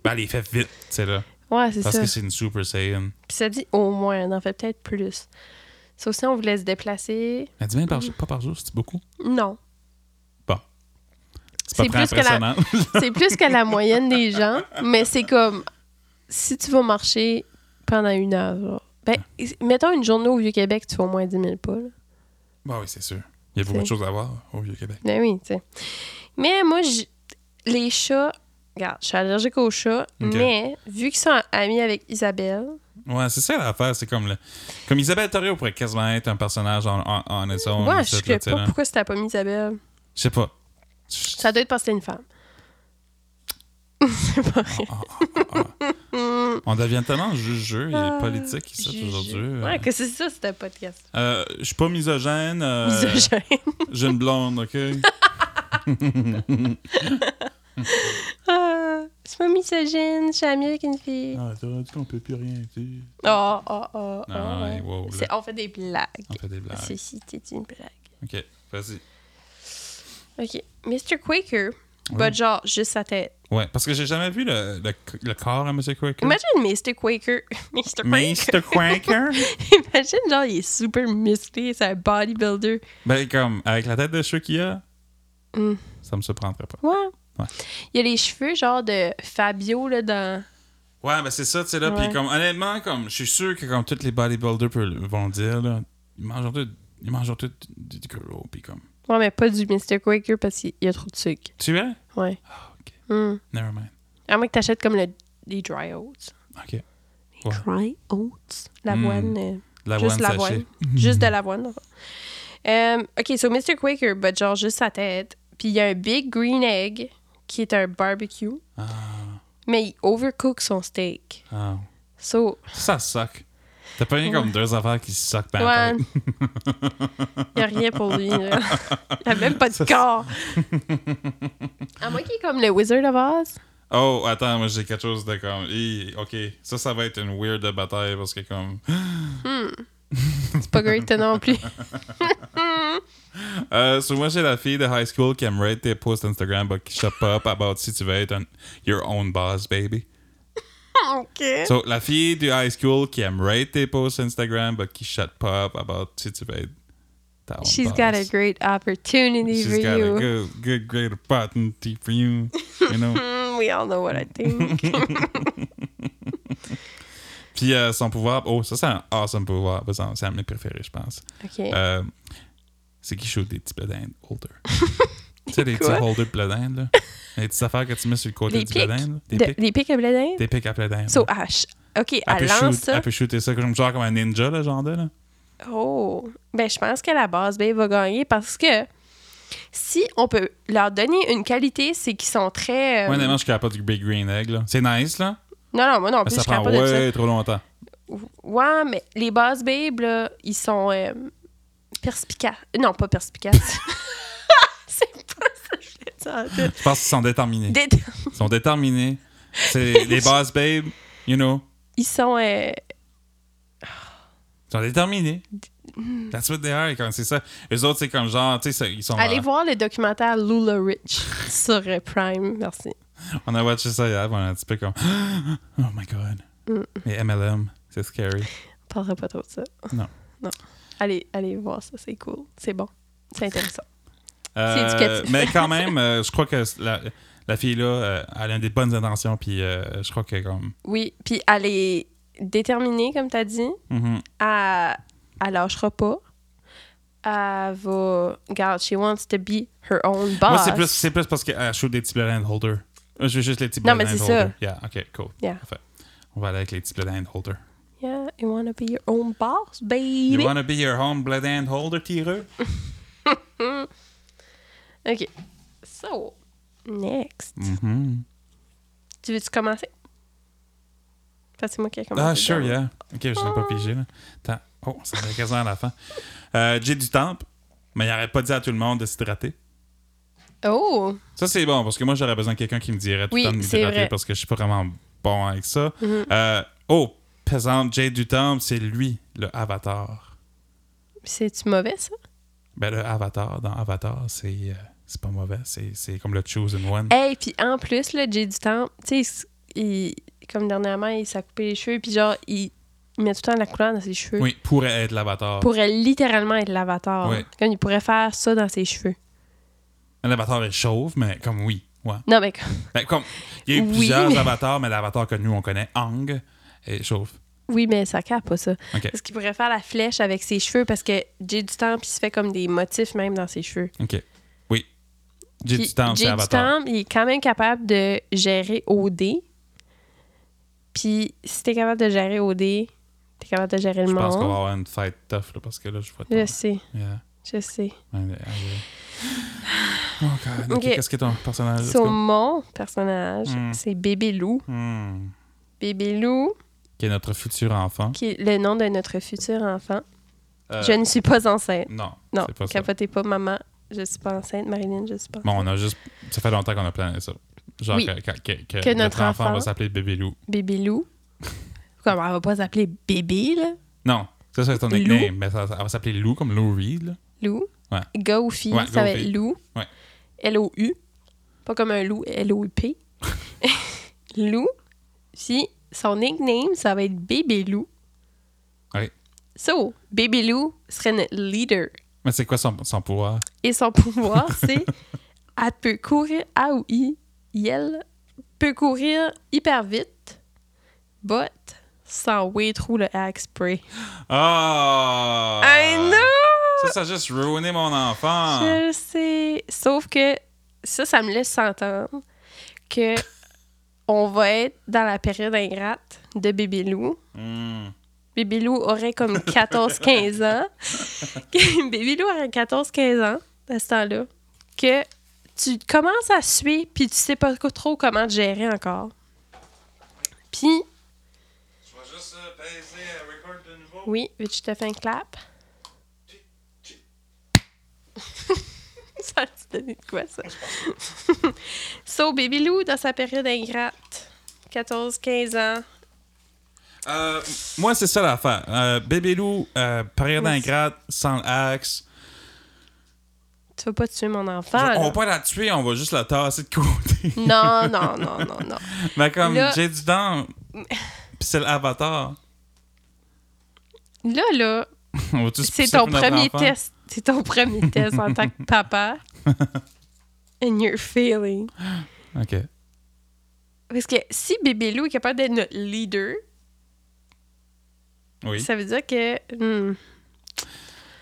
A: ben, elle les fait vite, tu sais, là.
B: Ouais, c'est
A: Parce
B: ça.
A: que c'est une Super Saiyan.
B: Puis ça dit au moins, on en fait peut-être plus. Ça aussi, on voulait se déplacer.
A: Elle dit même par, pas par jour, c'est beaucoup.
B: Non.
A: Bon. C'est pas
B: C'est
A: très
B: plus que la
A: impressionnant.
B: c'est plus que la moyenne des gens, mais c'est comme si tu vas marcher pendant une heure. genre. Ben, mettons une journée au Vieux-Québec, tu fais au moins 10 000 pas. là.
A: Bah oui, c'est sûr. Il y a beaucoup
B: C'est-
A: de choses à voir au Vieux-Québec.
B: Ben oui, tu sais. Mais moi, j- les chats, regarde, je suis allergique aux chats,
A: Ok.
B: mais vu qu'ils sont amis avec Isabelle,
A: Ouais, c'est ça l'affaire. C'est comme le... Comme Isabelle Thériault pourrait quasiment être un personnage en, en, en its own,
B: moi,
A: et
B: je
A: tout,
B: ne
A: là,
B: sais
A: tu sais,
B: pas
A: là.
B: pourquoi c'était pas mis Isabelle.
A: Je sais pas.
B: Ça doit être parce que c'est une femme. c'est pas vrai.
A: Ah, On devient tellement jugeux
B: Ah,
A: et politique ici
B: Juju.
A: aujourd'hui.
B: Ouais, que c'est ça, c'était un podcast.
A: Euh, je suis pas misogène. euh,
B: Misogène.
A: J'ai une blonde, OK?
B: Ah, je suis pas misogyne, je suis amie avec une fille.
A: Ah, t'aurais dit qu'on peut plus rien dire.
B: Oh, oh, oh. oh,
A: Non,
B: ouais.
A: hey, wow,
B: C'est-
A: là,
B: On fait des blagues.
A: on fait des blagues.
B: Ceci était une blague.
A: OK, vas-y.
B: Ok. Mr. Quaker, but genre juste sa tête.
A: Ouais, parce que j'ai jamais vu le, le, le corps à M. Quaker.
B: Imagine Mr. Quaker. Mr. Quaker.
A: Mr. Quaker?
B: Imagine genre il est super musclé, c'est un bodybuilder.
A: ben, comme, avec la tête de cheveux qu'il a,
B: Mm.
A: ça me surprendrait pas.
B: Ouais.
A: Ouais.
B: Il a les cheveux genre de Fabio là dans.
A: Ouais, ben c'est ça, tu sais, là.
B: Ouais.
A: Puis, comme, honnêtement, comme, je suis sûr que, comme, tous les bodybuilders peuvent- vont le dire, là, ils mangent tout, ils mangent tout du du gros, puis comme.
B: Ouais, mais pas du Mr. Quaker parce qu'il y a trop de sucre.
A: Tu es?
B: Ouais.
A: Ah, OK.
B: Hmm.
A: Never mind.
B: À moins que t'achètes comme le, les dry oats.
A: OK.
B: Les dry oats. L'avoine. euh,
A: Hmm. La Hmm.
B: Juste l'avoine. Juste de l'avoine. Euh, OK, so Mr. Quaker, but genre juste sa tête. Puis il y a un Big Green Egg qui est un barbecue,
A: Ah,
B: mais il overcook son steak.
A: ah.
B: So,
A: Ça suck. T'as pas rien comme deux affaires qui suckent par la
B: ouais.
A: tête.
B: Il n'y a rien pour lui. là. Il n'y a même pas de corps. À moins qu'il est comme le Wizard of Oz.
A: Oh, attends, moi j'ai quelque chose de comme. Hi, ok, ça, ça va être une weird bataille parce que comme.
B: C'est pas great non plus.
A: Euh, so moi j'ai la fille de high school qui aime rate tes posts Instagram but qui shut up about si tu veux être un- your own boss, baby.
B: OK.
A: So la fille du high school qui aime rate tes posts Instagram but qui shut up about si tu veux être ta own
B: She's
A: boss.
B: got a great opportunity
A: She's
B: for
A: got
B: you.
A: a good, good, great opportunity for you. You know?
B: Hmm, we all know what I think.
A: Puis euh, son pouvoir, oh, ça c'est un awesome pouvoir, par exemple, Um, c'est un de mes préférés, je pense.
B: OK.
A: Euh, c'est qu'il shoot des petits peu d'Inde older. Tu sais, les petits
B: Quoi?
A: holders de blé d'Inde, là. Les petites affaires que tu mets sur le côté
B: Des
A: du blé
B: pics.
A: d'Inde. là. Des
B: De-
A: pics.
B: Des pics à blé d'Inde?
A: Des pics à blé d'Inde.
B: So,
A: là.
B: elle ch- OK,
A: Elle peut
B: elle lance
A: shoot-
B: ça. Euh,
A: Elle peut shooter ça comme, genre comme un ninja, là, genre de, là.
B: Oh! Ben, je pense qu'à la base, ben, il va gagner parce que si on peut leur donner une qualité, c'est qu'ils sont très. euh,
A: Moi, honnêtement,
B: non,
A: je suis capable du Big Green Egg, là. C'est nice, là.
B: non, moi non
A: Mais
B: plus, je
A: ça
B: suis
A: prend
B: capable de ça.
A: ouais, trop longtemps.
B: Ouais, mais les boss babes, là, ils sont euh, perspicaces. Non, pas perspicaces. c'est pas ça que je voulais dire. en fait.
A: Je pense qu'ils sont déterminés.
B: Dé-
A: Ils sont déterminés. C'est les boss babes, you know.
B: Ils sont. euh,
A: Ils sont déterminés.
B: Hmm.
A: That's what they are. comme C'est ça. Eux autres, c'est comme genre, tu sais, ça- ils sont.
B: Allez
A: euh,
B: voir le documentaire Lula Rich sur euh, Prime. Merci.
A: On a watché ça hier, on est un petit peu comme. Oh my god.
B: Hmm.
A: Mais MLM, c'est scary.
B: On parlera pas trop de ça.
A: Non.
B: Non. Allez, allez voir ça, c'est cool. C'est bon. C'est intéressant.
A: Euh,
B: éducatif.
A: mais quand même, euh, je crois que la, la fille-là, euh, elle a des bonnes intentions, puis euh, je crois que comme.
B: Oui, puis elle est déterminée, comme t'as dit.
A: Mhm.
B: Elle, elle lâchera pas. Elle va... Regarde, she wants to be her own boss.
A: Moi, c'est plus, c'est plus parce qu'elle shoot des petits blé d'Inde holder. Moi, Je veux juste les petits blé
B: Non, mais
A: d'Inde
B: c'est
A: holder. Yeah, ok, cool.
B: Yeah.
A: Parfait. On va aller avec les petits blé d'Inde holder.
B: Yeah, you wanna be your own boss,
A: You
B: baby.
A: wanna be your home blé d'Inde holder, tireux?
B: OK. So, next.
A: Mhm.
B: Tu veux-tu commencer? Parce que c'est moi qui ai commencé.
A: Ah, sure,
B: dedans.
A: yeah. Ok, je l'ai pas pigé, là. Attends. Oh, ça fait quasiment à la fin. Euh, J'ai du temps, mais il n'aurait pas dit à tout le monde de s'hydrater.
B: Oh!
A: Ça, c'est bon, parce que moi, j'aurais besoin de quelqu'un qui me dirait tout
B: Oui,
A: le temps de
B: c'est
A: m'hydrater
B: vrai. Mm-hmm.
A: parce que je suis pas vraiment bon avec ça. Euh, oh, pesante, Jay Dutombe, c'est lui, le avatar.
B: C'est-tu mauvais, ça?
A: Ben, le avatar, dans Avatar, c'est euh, c'est pas mauvais, c'est c'est comme le Chosen One.
B: Hey, puis en plus, là, j'ai du temps. Tu sais, il- il- comme dernièrement, il s'est coupé les cheveux, puis genre, il il met tout le temps de la couleur dans ses cheveux.
A: Oui, pourrait être l'avatar.
B: Il pourrait littéralement être l'avatar.
A: Ouais.
B: Comme il pourrait faire ça dans ses cheveux.
A: L'avatar est chauve, mais comme oui. Ouais.
B: Non, mais comme-
A: Ben, comme, il y a eu
B: Oui,
A: plusieurs
B: mais-
A: avatars, mais l'avatar que nous, on connaît, Ang, est chauve.
B: oui, mais ça capte pas ça.
A: OK,
B: Parce qu'il pourrait faire la flèche avec ses cheveux, parce que j'ai du temps, puis il se fait comme des motifs même dans ses cheveux.
A: OK. Oui. Jay
B: Puis
A: Dutombe, c'est
B: Jay
A: avatar.
B: Dutombe, il est quand même capable de gérer OD. Puis si t'es capable de gérer OD, t'es capable de gérer le
A: Je
B: monde.
A: pense qu'on va avoir une fight tough, là, parce que là, je vois
B: Je
A: ton-
B: sais,
A: Yeah.
B: je sais.
A: Ouais, ouais, ouais. Oh, God. Ok,
B: Ok.
A: Qu'est-ce que ton personnage let's
B: So,
A: go.
B: mon personnage,
A: Mm.
B: c'est Bébé Loup.
A: Hmm.
B: Bébé Loup,
A: Qui est notre futur enfant.
B: qui est le nom de notre futur enfant.
A: Euh,
B: Je ne suis pas enceinte.
A: Non,
B: Non,
A: c'est pas ça.
B: capotez pas, maman. Je suis pas enceinte, Marilyn, je suis pas
A: Bon,
B: enceinte.
A: on a juste. Ça fait longtemps qu'on a plané ça. Genre
B: Oui.
A: que, que- que- que
B: Que
A: notre
B: notre
A: enfant, va
B: enfant-
A: s'appeler Bébé Loup.
B: Bébé Loup. Comment elle va pas s'appeler Bébé, là?
A: Non, ça, c'est ton
B: Loup.
A: nickname. Mais ça, ça- elle va s'appeler Lou comme Lou Reed. là.
B: Loup.
A: Ouais.
B: Gars ou fille,
A: Ouais,
B: ça va
A: gars ou
B: être
A: fille.
B: loup.
A: Ouais.
B: L-O-U. Pas comme un loup, L-O-U-P. loup. Puis son nickname, ça va être Bébé Loup.
A: Ouais.
B: So, Bébé Loup serait notre leader.
A: Mais c'est quoi son, son pouvoir?
B: Et son pouvoir, c'est elle peut courir A ou I. Elle peut courir hyper vite, but sans way through le hack spray.
A: Ah!
B: I know!
A: Ça, ça a juste ruiné mon enfant.
B: Je le sais. Sauf que ça, ça me laisse s'entendre que on va être dans la période ingrate de Bébé Loup.
A: Hmm.
B: Bébé Loup aurait comme 14-15 ans. Bébé Loup aurait 14-15 ans à ce temps-là. Que tu commences à suer, puis tu sais pas trop comment te gérer encore. Puis,
A: Je vais juste euh, baiser, euh, record de nouveau.
B: oui, veux-tu te faire un clap? ça a donné de quoi, ça? so, Baby Lou, dans sa période ingrate, 14-15 ans.
A: Euh, moi, c'est ça l'affaire. Euh, Bébé Loup, euh, période
B: Merci.
A: ingrate, sans l'axe.
B: Tu vas pas tuer mon enfant.
A: on va
B: Ah, là.
A: pas la tuer, on va juste la tasser de côté.
B: Non, non, non, non, non.
A: Mais comme
B: Là-
A: j'ai du dent, pis c'est l'avatar.
B: Là, là,
A: On va tous
B: c'est
A: pousser
B: ton
A: pour notre
B: premier
A: enfant.
B: test. C'est ton premier test en tant que papa. And you're failing.
A: Ok.
B: Parce que si Bébé Lou est capable d'être notre leader,
A: Oui.
B: ça veut dire que... hmm,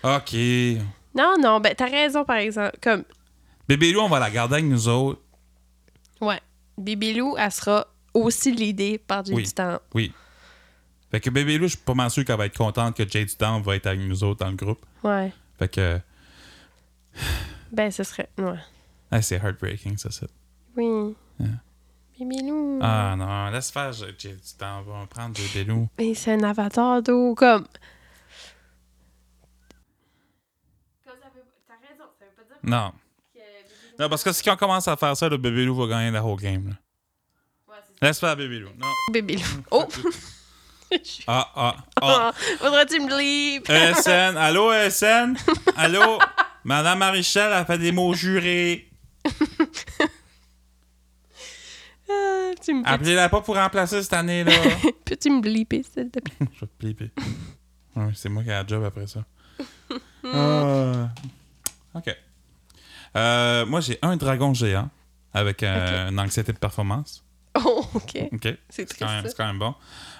A: Ok.
B: Non, non, ben t'as raison, par exemple. Comme,
A: Bébé Lou, on va la garder avec nous autres.
B: Ouais. Bébé Lou, elle sera aussi l'idée par Jade
A: Oui.
B: du temps.
A: Oui. Fait que Bébé Lou, je suis pas mal sûr qu'elle va être contente que Jade Dutan va être avec nous autres dans le groupe.
B: Ouais.
A: Fait que.
B: Ben, ce serait. Ouais.
A: Ah, c'est heartbreaking, ça, ça.
B: Oui.
A: Ouais.
B: Bébé Lou.
A: Ah non, laisse faire, Jade Dutan. On va prendre Bébé Lou.
B: Mais c'est un avatar d'eau, comme.
A: Non. Non, parce que si on commence à faire ça, le Bébé Lou va gagner la whole game. là. Laisse faire Bébé Lou. Non.
B: Bébé Lou. Oh!
A: Ah, ah, ah.
B: Ah, Faudrait-tu me bleep?
A: ESN, allô ESN? Allô? Madame Marichal a fait des mots jurés.
B: Ah, tu me peux-
A: Appelez-la pas pour remplacer cette année-là.
B: Peux-tu me bleeper, s'il te plaît?
A: Je vais te plier, puis- Ouais, c'est moi qui ai la job après ça. Ah. OK. Euh, moi, j'ai un dragon géant avec euh, une anxiété de performance.
B: Oh, OK.
A: OK.
B: C'est
A: C'est quand, même- c'est
B: triste.
A: quand même bon.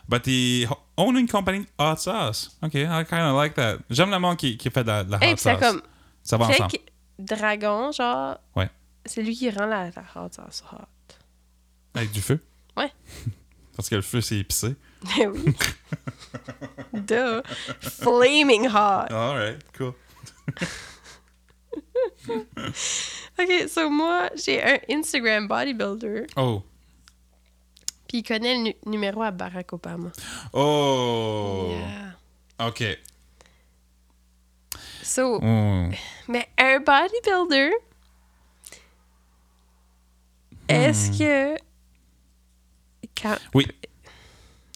A: But he ho- own a company hot sauce. OK, I kind of like that. J'aime le monde qui, qui fait de la, de la hot
B: Et puis ça
A: sauce.
B: comme.
A: ça va ensemble.
B: Fake dragon, genre.
A: Ouais.
B: C'est lui qui rend la, la hot sauce hot.
A: Avec du feu.
B: Ouais.
A: Parce que le feu, c'est épicé.
B: Ben oui. Duh. Flaming hot.
A: All right, cool.
B: OK, so moi, j'ai un Instagram bodybuilder,
A: Oh.
B: puis il connaît le nu- numéro à Barack Obama.
A: Oh.
B: Yeah.
A: OK.
B: So,
A: Mm.
B: mais un bodybuilder, est-ce que... Quand...
A: Oui.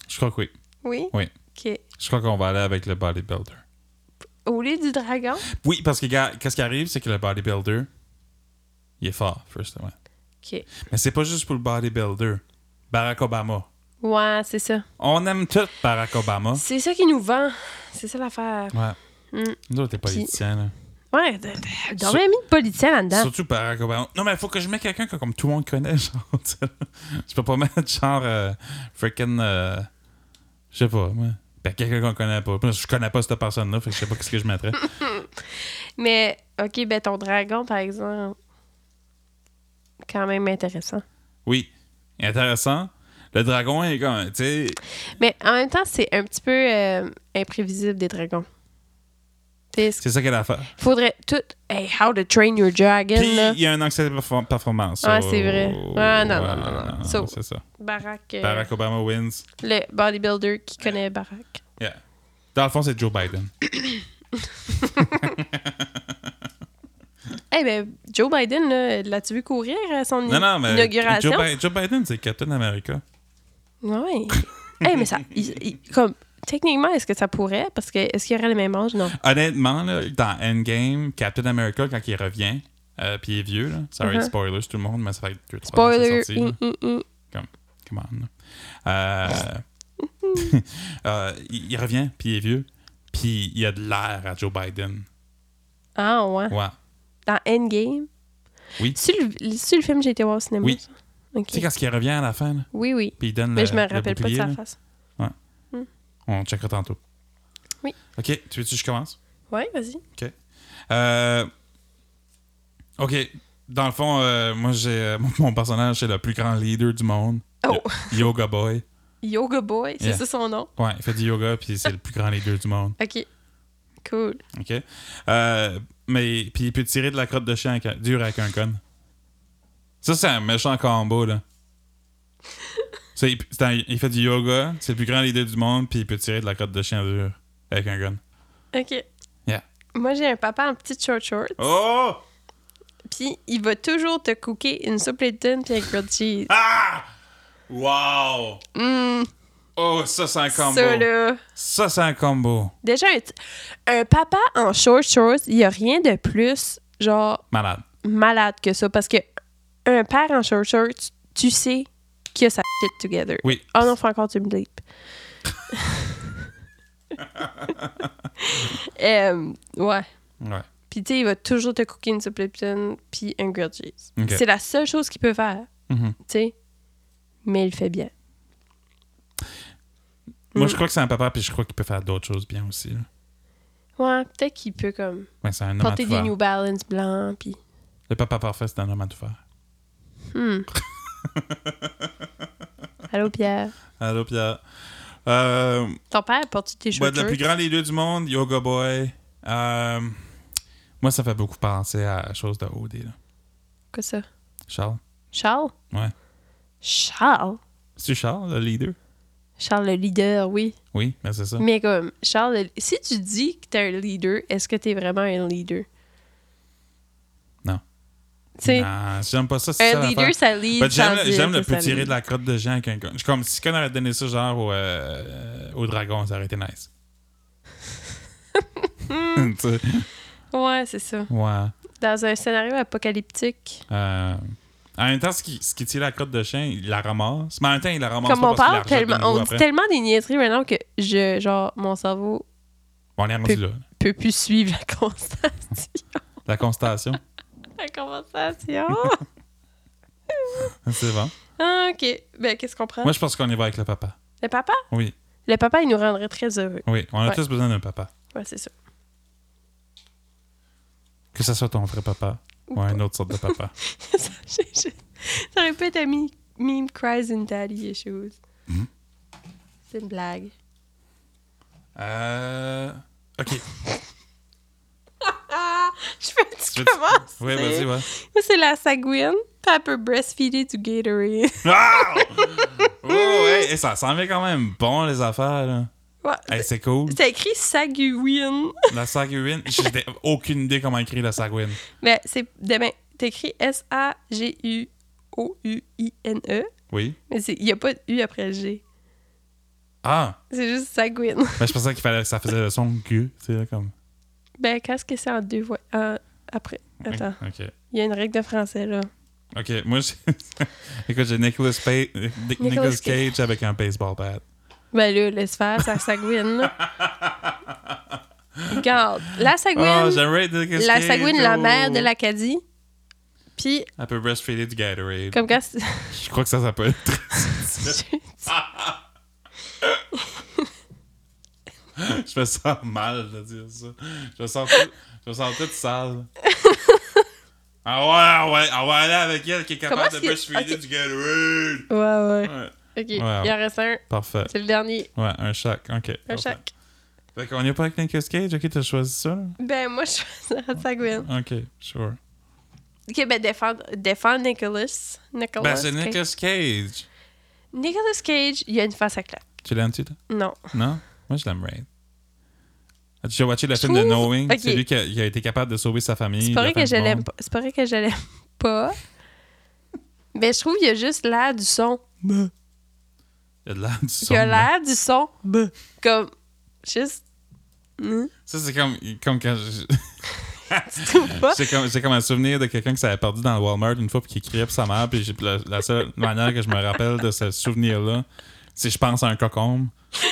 A: Je crois que oui.
B: Oui?
A: Oui.
B: OK.
A: Je crois qu'on va aller avec le bodybuilder.
B: Au lieu du dragon?
A: Oui, parce que gars, qu'est-ce qui arrive, c'est que le bodybuilder, il est fort, justement.
B: OK.
A: Mais c'est pas juste pour le bodybuilder. Barack Obama.
B: Ouais, c'est ça.
A: On aime tout Barack Obama.
B: C'est ça qui nous vend. C'est ça l'affaire.
A: Ouais.
B: Mm.
A: Nous autres, t'es politicien, là.
B: Ouais, d- d- on aurait mis de politicien là-dedans.
A: Surtout Barack Obama. Non, mais il faut que je mette quelqu'un que comme tout le monde connaît, genre. tu sais, là. Je peux pas mettre genre euh, freaking. euh, je sais pas, moi. Ben, quelqu'un qu'on connaît pas. Parce que Je connais pas cette personne-là, fait que je sais pas ce que je mettrais.
B: Mais, OK, ben ton dragon, par exemple, quand même intéressant.
A: Oui, intéressant. Le dragon il est comme, tu sais,
B: Mais en même temps, c'est un petit peu euh, imprévisible des dragons. T'sais,
A: c'est ça qu'elle a fait.
B: Faudrait tout. Hey, how to train your dragon,
A: Puis
B: là.
A: il y a un anxiété de perform- performance.
B: Ah,
A: so-
B: c'est vrai. Ah, non, non, non, non. So-
A: C'est ça.
B: Barack. euh,
A: Barack Obama wins.
B: Le bodybuilder qui connaît Barack.
A: Yeah. Dans le fond, c'est Joe Biden.
B: Eh ben, Joe Biden, là, l'as-tu vu courir à son
A: Non, non, mais
B: Mm-hmm. inauguration?
A: Joe, Bi- Joe Biden, c'est Captain America.
B: Ouais. Eh, mais ça. il- il- comme, techniquement, est-ce que ça pourrait? Parce que, est-ce qu'il y aurait le même âge? Non.
A: Honnêtement, là, dans Endgame, Captain America, quand il revient, euh, puis il est vieux, là. Sorry,
B: Mhm.
A: spoilers tout le monde, mais ça fait deux, trois ans que c'est
B: Spoiler.
A: sorti, là.
B: hum, hum, hum.
A: Come on. là. Euh,
B: Mm-hmm.
A: euh, il, il revient, puis il est vieux, puis il a de l'air à Joe Biden.
B: Ah, ouais.
A: Ouais.
B: Dans Endgame?
A: Oui.
B: C'est le, c'est le film que j'ai été voir au cinéma?
A: Oui.
B: ça? OK.
A: Tu sais, quand il revient à la fin, là,
B: Oui, oui.
A: puis il donne
B: Mais
A: le.
B: je me
A: le
B: rappelle pas de
A: bouclier,
B: sa
A: là.
B: face.
A: On checkera tantôt.
B: Oui.
A: OK, tu veux-tu que je commence?
B: Ouais, vas-y.
A: Euh, OK. Dans le fond, euh, moi, j'ai euh, mon personnage, c'est le plus grand leader du monde.
B: Oh.
A: Le Yoga Boy.
B: Yoga Boy, c'est
A: Yeah.
B: ça son nom?
A: Ouais, il fait du yoga, puis c'est le plus grand leader du monde.
B: OK. Cool.
A: OK? Euh, mais, puis il peut tirer de la crotte de chien avec un- dur avec un con. Ça, c'est un méchant combo, là. C'est- il- c'est un- il fait du yoga, c'est le plus grand leader du monde, puis il peut tirer de la crotte de chien dur avec un gun.
B: OK.
A: Yeah.
B: Moi, j'ai un papa en petite short short,
A: Oh!
B: puis il va toujours te cooker une soupe Layton puis un grilled cheese.
A: Ah! Wow!
B: Hum,
A: Oh, ça, c'est un combo.
B: ça, là.
A: Ça, c'est un combo.
B: Déjà, un, t- un papa en short short, il n'y a rien de plus, genre,
A: Malade.
B: malade que ça, parce que un père en short short, tu, tu sais qu'il a sa shit together.
A: Oui.
B: Oh non, faut encore tu me bleep. Euh, ouais.
A: Ouais.
B: Puis tu sais, il va toujours te cooker une soupe Lipton puis un grilled cheese.
A: Ok.
B: C'est la seule chose qu'il peut faire,
A: Mhm.
B: tu sais. Mais il le fait bien.
A: Moi,
B: Hmm.
A: je crois que c'est un papa, puis je crois qu'il peut faire d'autres choses bien aussi. là.
B: Ouais, peut-être qu'il peut comme
A: Ouais, c'est un homme à
B: porter
A: tout
B: des
A: faire.
B: New Balance blancs puis
A: Le papa parfait, c'est un homme à tout faire.
B: Hmm. Allô, Pierre.
A: Allô, Pierre. Euh,
B: Ton père porte tes cheveux
A: ouais, le Ben, plus grand des deux du monde, Yoga Boy. Euh, moi, ça fait beaucoup penser à chose de OD, là.
B: Quoi ça?
A: Charles.
B: Charles?
A: Ouais.
B: Charles?
A: C'est Charles, le leader?
B: Charles le leader, oui.
A: Oui, ben c'est ça.
B: Mais comme, Charles, le- si tu dis que t'es un leader, est-ce que t'es vraiment un leader?
A: Non.
B: Tu sais,
A: Non, j'aime pas ça. c'est ça,
B: un
A: l'affaire.
B: leader, ça lead.
A: Ben, j'aime
B: sans
A: le,
B: dire
A: j'aime
B: que
A: le
B: ça
A: peu tirer
B: lead.
A: de la crotte de gens à quelqu'un. Je suis comme si on avait donné ça genre au, euh, au dragon, ça aurait été nice. Tu sais,
B: Hmm, Ouais, c'est ça.
A: ouais.
B: Dans un scénario apocalyptique.
A: Euh, en même temps, ce qui, ce qui tire la crotte de chien, il la ramasse. Mais en même temps, il la ramasse
B: Comme
A: pas
B: on
A: parce
B: parle
A: qu'il la rejette de
B: tellement,
A: nouveau
B: on dit
A: après.
B: tellement des niaiseries maintenant que je, genre, mon cerveau
A: Bon, on est rendu
B: Peu-
A: là.
B: peut plus suivre la constatation.
A: La constatation.
B: La conversation.
A: c'est bon.
B: ah, ok. Ben, qu'est-ce qu'on prend?
A: Moi, je pense qu'on y va avec le papa.
B: Le papa?
A: Oui,
B: Le papa, il nous rendrait très heureux.
A: oui. On a
B: Ouais.
A: tous besoin d'un papa.
B: Ouais, c'est ça.
A: Que ce soit ton vrai papa ou un autre sorte de papa.
B: ça, j'ai- j'ai- ça aurait pu être un mi- meme cries in daddy issues.
A: Mhm.
B: C'est une blague.
A: euh. Ok.
B: Ah! Je peux tu
A: veux-
B: commences?
A: Oui, vas-y, ouais.
B: Moi, c'est la sagouine. Puis elle peut breastfeeder du Gatorade.
A: Ah! Oh, hey, hey, ça sent bien quand même bon, les affaires, là.
B: Ouais.
A: Hey, c'est cool.
B: C'est écrit sagouine.
A: La Sagwin. J'ai aucune idée comment écrire la Sagwin.
B: Mais c'est demain. T'écris S-A-G-U-O-U-I-N-E.
A: Oui.
B: E, Mais c'est- il n'y a pas de U après le G.
A: Ah!
B: C'est juste sagouine.
A: Ben, je pensais qu'il fallait que ça faisait le son que, tu sais, là, comme.
B: Ben, qu'est-ce que c'est en deux voix? en- après. Attends.
A: Ok.
B: Il y a une règle de français, là.
A: Ok, moi, j'ai- écoute, j'ai Nicolas, Pa- Nic-
B: Nicolas
A: Nicolas Cage avec un baseball bat.
B: Ben là, laisse faire, ça sagouine, là. Regarde, la
A: Oh,
B: sagouine,
A: j'aimerais Nicolas
B: la
A: Cage,
B: sagouine, la
A: oh.
B: mère de l'Acadie. Puis,
A: Elle peut breastfeeder du Gatorade.
B: comme quand... c'est-
A: Je crois que ça, ça peut être. je me sens mal de dire ça. Je me sens, tout- je me sens toute sale. ah ouais, ouais, on va aller avec elle qui est
B: Comment
A: capable de
B: est-ce que-
A: breastfeeder
B: ok.
A: du Gatorade.
B: ouais, ouais.
A: Ouais.
B: OK, il
A: Ouais.
B: en reste un.
A: Parfait.
B: C'est le dernier.
A: Ouais, un choc. Ok.
B: Un
A: parfait.
B: choc.
A: Fait qu'on n'est pas avec Nicolas Cage. Ok, t'as choisi ça. là?
B: Ben, moi, je suis la sagouine.
A: Ok, sure.
B: OK, ben, défendre, défendre Nicholas. Nicholas
A: Ben, c'est
B: Cage.
A: Nicolas Cage.
B: Nicolas Cage, il a une face à clap.
A: Tu l'aimes-tu, toi?
B: Non.
A: Non? Moi, je l'aime Raid. As-tu déjà watché le
B: Je
A: film de
B: trouve-
A: Knowing?
B: Ok.
A: C'est lui qui a, qui a été capable de sauver sa famille.
B: C'est pas
A: la
B: vrai
A: fin
B: que
A: du
B: je l'aime
A: monde.
B: pas. C'est pas vrai que je l'aime pas. Mais je trouve qu'il y a juste l'air du son.
A: Bah. Il a de l'air du son.
B: Il y a
A: là.
B: l'air du son. Comme. Juste. Hmm,
A: Ça, c'est comme, comme quand. je-
B: tu trouves pas?
A: J'ai comme, j'ai comme un souvenir de quelqu'un qui s'avait perdu dans le Walmart une fois puis qui criait pour sa mère. Puis j'ai- la, la seule manière que je me rappelle de ce souvenir-là, c'est je pense à un cocombe. tu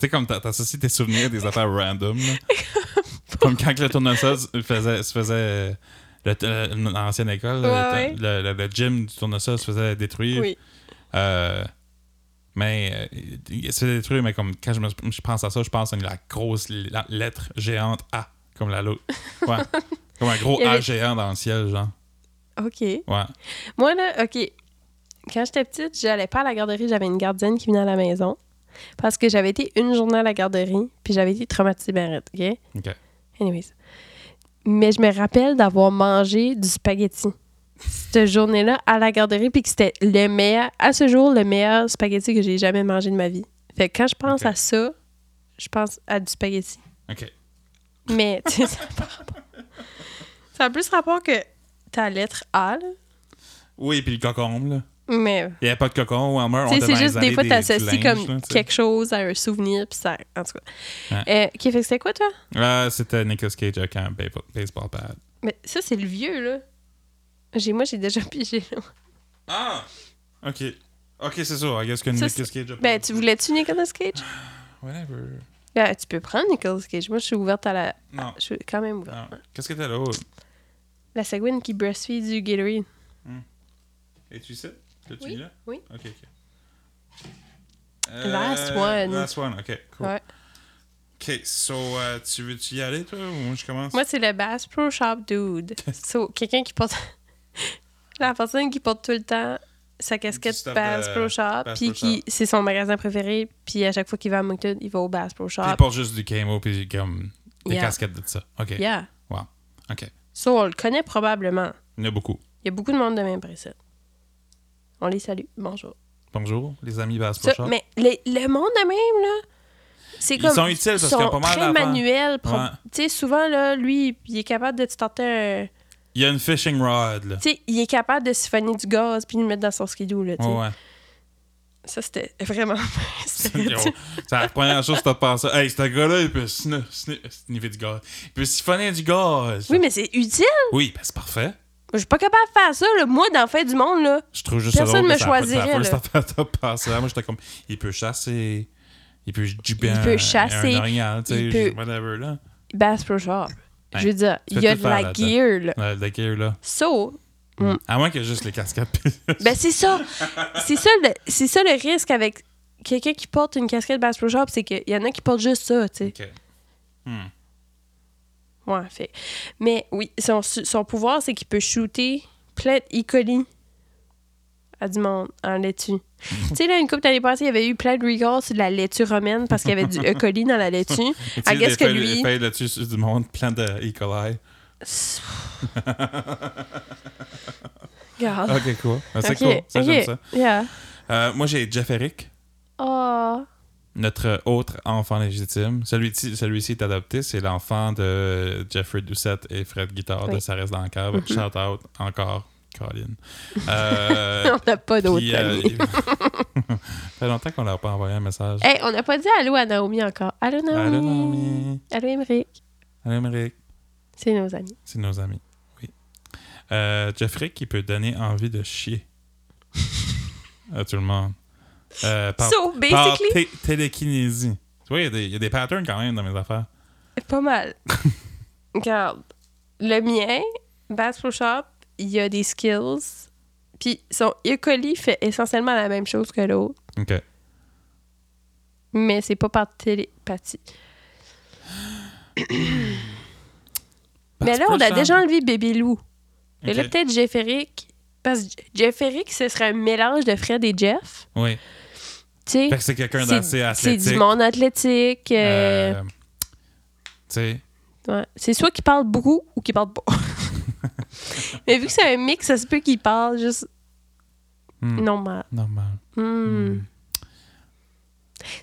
A: sais, comme t'a- t'associes tes souvenirs à des affaires random. là. comme quand le tournesol se faisait. se faisait le- le- L'ancienne école, le-
B: Ouais,
A: le, le- le gym du tournesol se faisait détruire.
B: Oui.
A: Euh, mais euh, il se fait détruire, mais comme quand je, me- je pense à ça, je pense à une- la grosse la- lettre géante A, comme la lo- Ouais. comme un gros
B: Il y
A: A
B: avait-
A: géant dans le ciel, genre.
B: OK.
A: Ouais.
B: Moi, là, OK. Quand j'étais petite, j'allais pas à la garderie. J'avais une gardienne qui venait à la maison. Parce que j'avais été une journée à la garderie. Puis j'avais été traumatisée barrette. OK?
A: OK.
B: Anyways. Mais je me rappelle d'avoir mangé du spaghetti cette journée-là à la garderie, puis que c'était le meilleur, à ce jour, le meilleur spaghetti que j'ai jamais mangé de ma vie. Fait que quand je pense
A: Ok.
B: à ça, je pense à du spaghetti.
A: OK.
B: Mais, tu sais, ça a pas rapport. Ça a plus rapport que ta lettre A, là.
A: Oui, puis le cocombe, là.
B: Mais,
A: Il n'y avait pas de cocon, Walmart. on
B: tu sais, c'est
A: devait
B: juste des
A: installer
B: fois,
A: du
B: t'associes
A: linge,
B: comme
A: là, tu sais.
B: quelque chose à un souvenir, puis ça. En tout cas. Euh, OK, fait que c'était quoi, toi?
A: Ah, C'était Nicolas Cage avec un ba- baseball bat.
B: Mais ça, c'est le vieux, là. J'ai- Moi, j'ai déjà pigé, là.
A: Ah! OK. OK, c'est ça. I guess que
B: Ça,
A: Nicolas
B: c'est-
A: Cage a
B: Ben, tu voulais-tu Nicolas Cage?
A: Whatever.
B: Ben, tu peux prendre Nicolas Cage. Moi, je suis ouverte à la.
A: Non.
B: Ah, Je suis quand même ouverte.
A: non. Qu'est-ce que t'as l'autre?
B: La Seguin qui breastfeed du Gatorade.
A: Es-tu ici? T'as-tu
B: Oui,
A: mis là?
B: oui.
A: OK, OK. Euh,
B: Last one.
A: Last one, OK, cool.
B: Ouais.
A: OK, so, euh, tu veux-tu y aller, toi, ou je commence?
B: Moi, c'est le Bass Pro Shop Dude. so, quelqu'un qui porte. la personne qui porte tout le temps sa casquette
A: stuff
B: Bass
A: de-
B: Pro Shop,
A: Bass
B: puis
A: Pro
B: qui
A: Shop.
B: c'est son magasin préféré, puis à chaque fois qu'il va à Moncton, il va au Bass Pro Shop.
A: Il porte juste du camo puis comme des
B: Yeah.
A: casquettes de ça. OK.
B: Yeah.
A: Wow. OK.
B: So, on le connaît probablement.
A: Il y en a beaucoup.
B: Il y a beaucoup de monde de même précède. On les salue. Bonjour.
A: Bonjour, les amis Bass Pro
B: Ça,
A: Shop.
B: mais les- le monde de même, là, c'est
A: Ils
B: comme.
A: sont utiles parce
B: sont
A: qu'il y a pas mal
B: très
A: d'affaires.
B: manuels. pro-
A: Ouais.
B: Tu sais, souvent, là, lui, il est capable de te tenter un-
A: Il y a une fishing rod, là.
B: Tu sais, il est capable de siphonner du gaz puis de le mettre dans son skidoo, là, tu sais.
A: Ouais, ouais.
B: Ça, c'était vraiment...
A: C'est
B: c'était-
A: c'est la première chose que t'as pensé. Hey, ce gars-là, il peut sni- sni- sniffer du gaz. Il peut siphonner du gaz.
B: oui, mais c'est utile.
A: Oui, ben, c'est parfait.
B: Je suis pas capable de faire ça, là. Moi, dans le fin du monde, là,
A: Je trouve juste ça
B: Personne
A: drôle
B: me
A: que c'est la- c'est la
B: choisirait,
A: first
B: là.
A: affaire que t'as pensé. Moi, j'étais comme, il peut chasser. Il peut jibber
B: Il
A: un-
B: peut chasser.
A: Un orignal, tu sais,
B: Il peut-
A: whatever, là.
B: Bass Pro Shop.
A: Ouais.
B: Je veux dire,
A: Tu
B: il y a
A: peux tout
B: de
A: faire
B: la
A: là-dedans.
B: gear, là.
A: Ouais, le gear, là.
B: So, Mm.
A: À moins qu'il y ait juste les casquettes. puis-
B: ben c'est ça. c'est ça, le- c'est ça le risque avec quelqu'un qui porte une casquette Bass Pro Shop, c'est qu'il y en a qui portent juste ça, tu sais.
A: OK. Hmm.
B: Ouais, fait. Mais oui, son, su- son pouvoir, c'est qu'il peut shooter plein de E. coli à du monde en laitue. tu sais, là, une couple d'années passées, il y avait eu plein de recalls sur de la laitue romaine parce qu'il y avait du E. coli dans la laitue.
A: Tu
B: I
A: sais, des
B: guess que
A: feuilles-
B: lui-
A: des feuilles là-dessus sur du monde, plein de E. coli.
B: Regarde.
A: Ok, cool. Ah, C'est
B: Ok,
A: cool. Ça,
B: ok,
A: j'aime ça.
B: Yeah.
A: Euh, moi, j'ai Jeff Eric,
B: Oh.
A: notre autre enfant légitime. Celui-ci celui-ci est adopté. C'est l'enfant de Jeffrey Doucette et Fred Guitar de
B: Oui. Mm-hmm.
A: Ça reste dans le cave. Shout out encore, Colin. Euh,
B: on n'a pas d'autre
A: puis, euh, il-
B: famille.
A: Ça fait longtemps qu'on leur a pas envoyé un message.
B: Hey, on n'a pas dit allô à Naomi encore. Allô, Naomi.
A: Allô, Naomi.
B: Allô, Émeric.
A: Allô, Eric.
B: C'est nos amis.
A: C'est nos amis. Oui. Euh, Jeffrey qui peut donner envie de chier à tout le monde. Euh, par,
B: so,
A: par
B: basically,
A: té- télékinésie. Tu vois, il y a des- il y, a des patterns quand même dans mes affaires.
B: pas mal. Regarde. Le mien, Bass Pro Shop, il y a des skills. Puis son E. coli fait essentiellement la même chose que l'autre,
A: OK.
B: mais c'est pas par télépathie. mais là, on a déjà enlevé Bébé Loup. Et là,
A: Ok.
B: peut-être Jeff Eric. Parce que Jeff Eric, ce serait un mélange de Fred et Jeff.
A: Oui.
B: Tu sais,
A: Fait que c'est quelqu'un
B: c'est-
A: d'assez
B: c'est
A: athlétique.
B: du monde athlétique. euh,
A: euh, Tu sais,
B: ouais. C'est soit qu'il parle beaucoup ou qu'il parle pas. Mais vu que c'est un mix, ça se peut qu'il parle juste
A: hmm,
B: normal.
A: normal.
B: Hmm.
A: Hmm.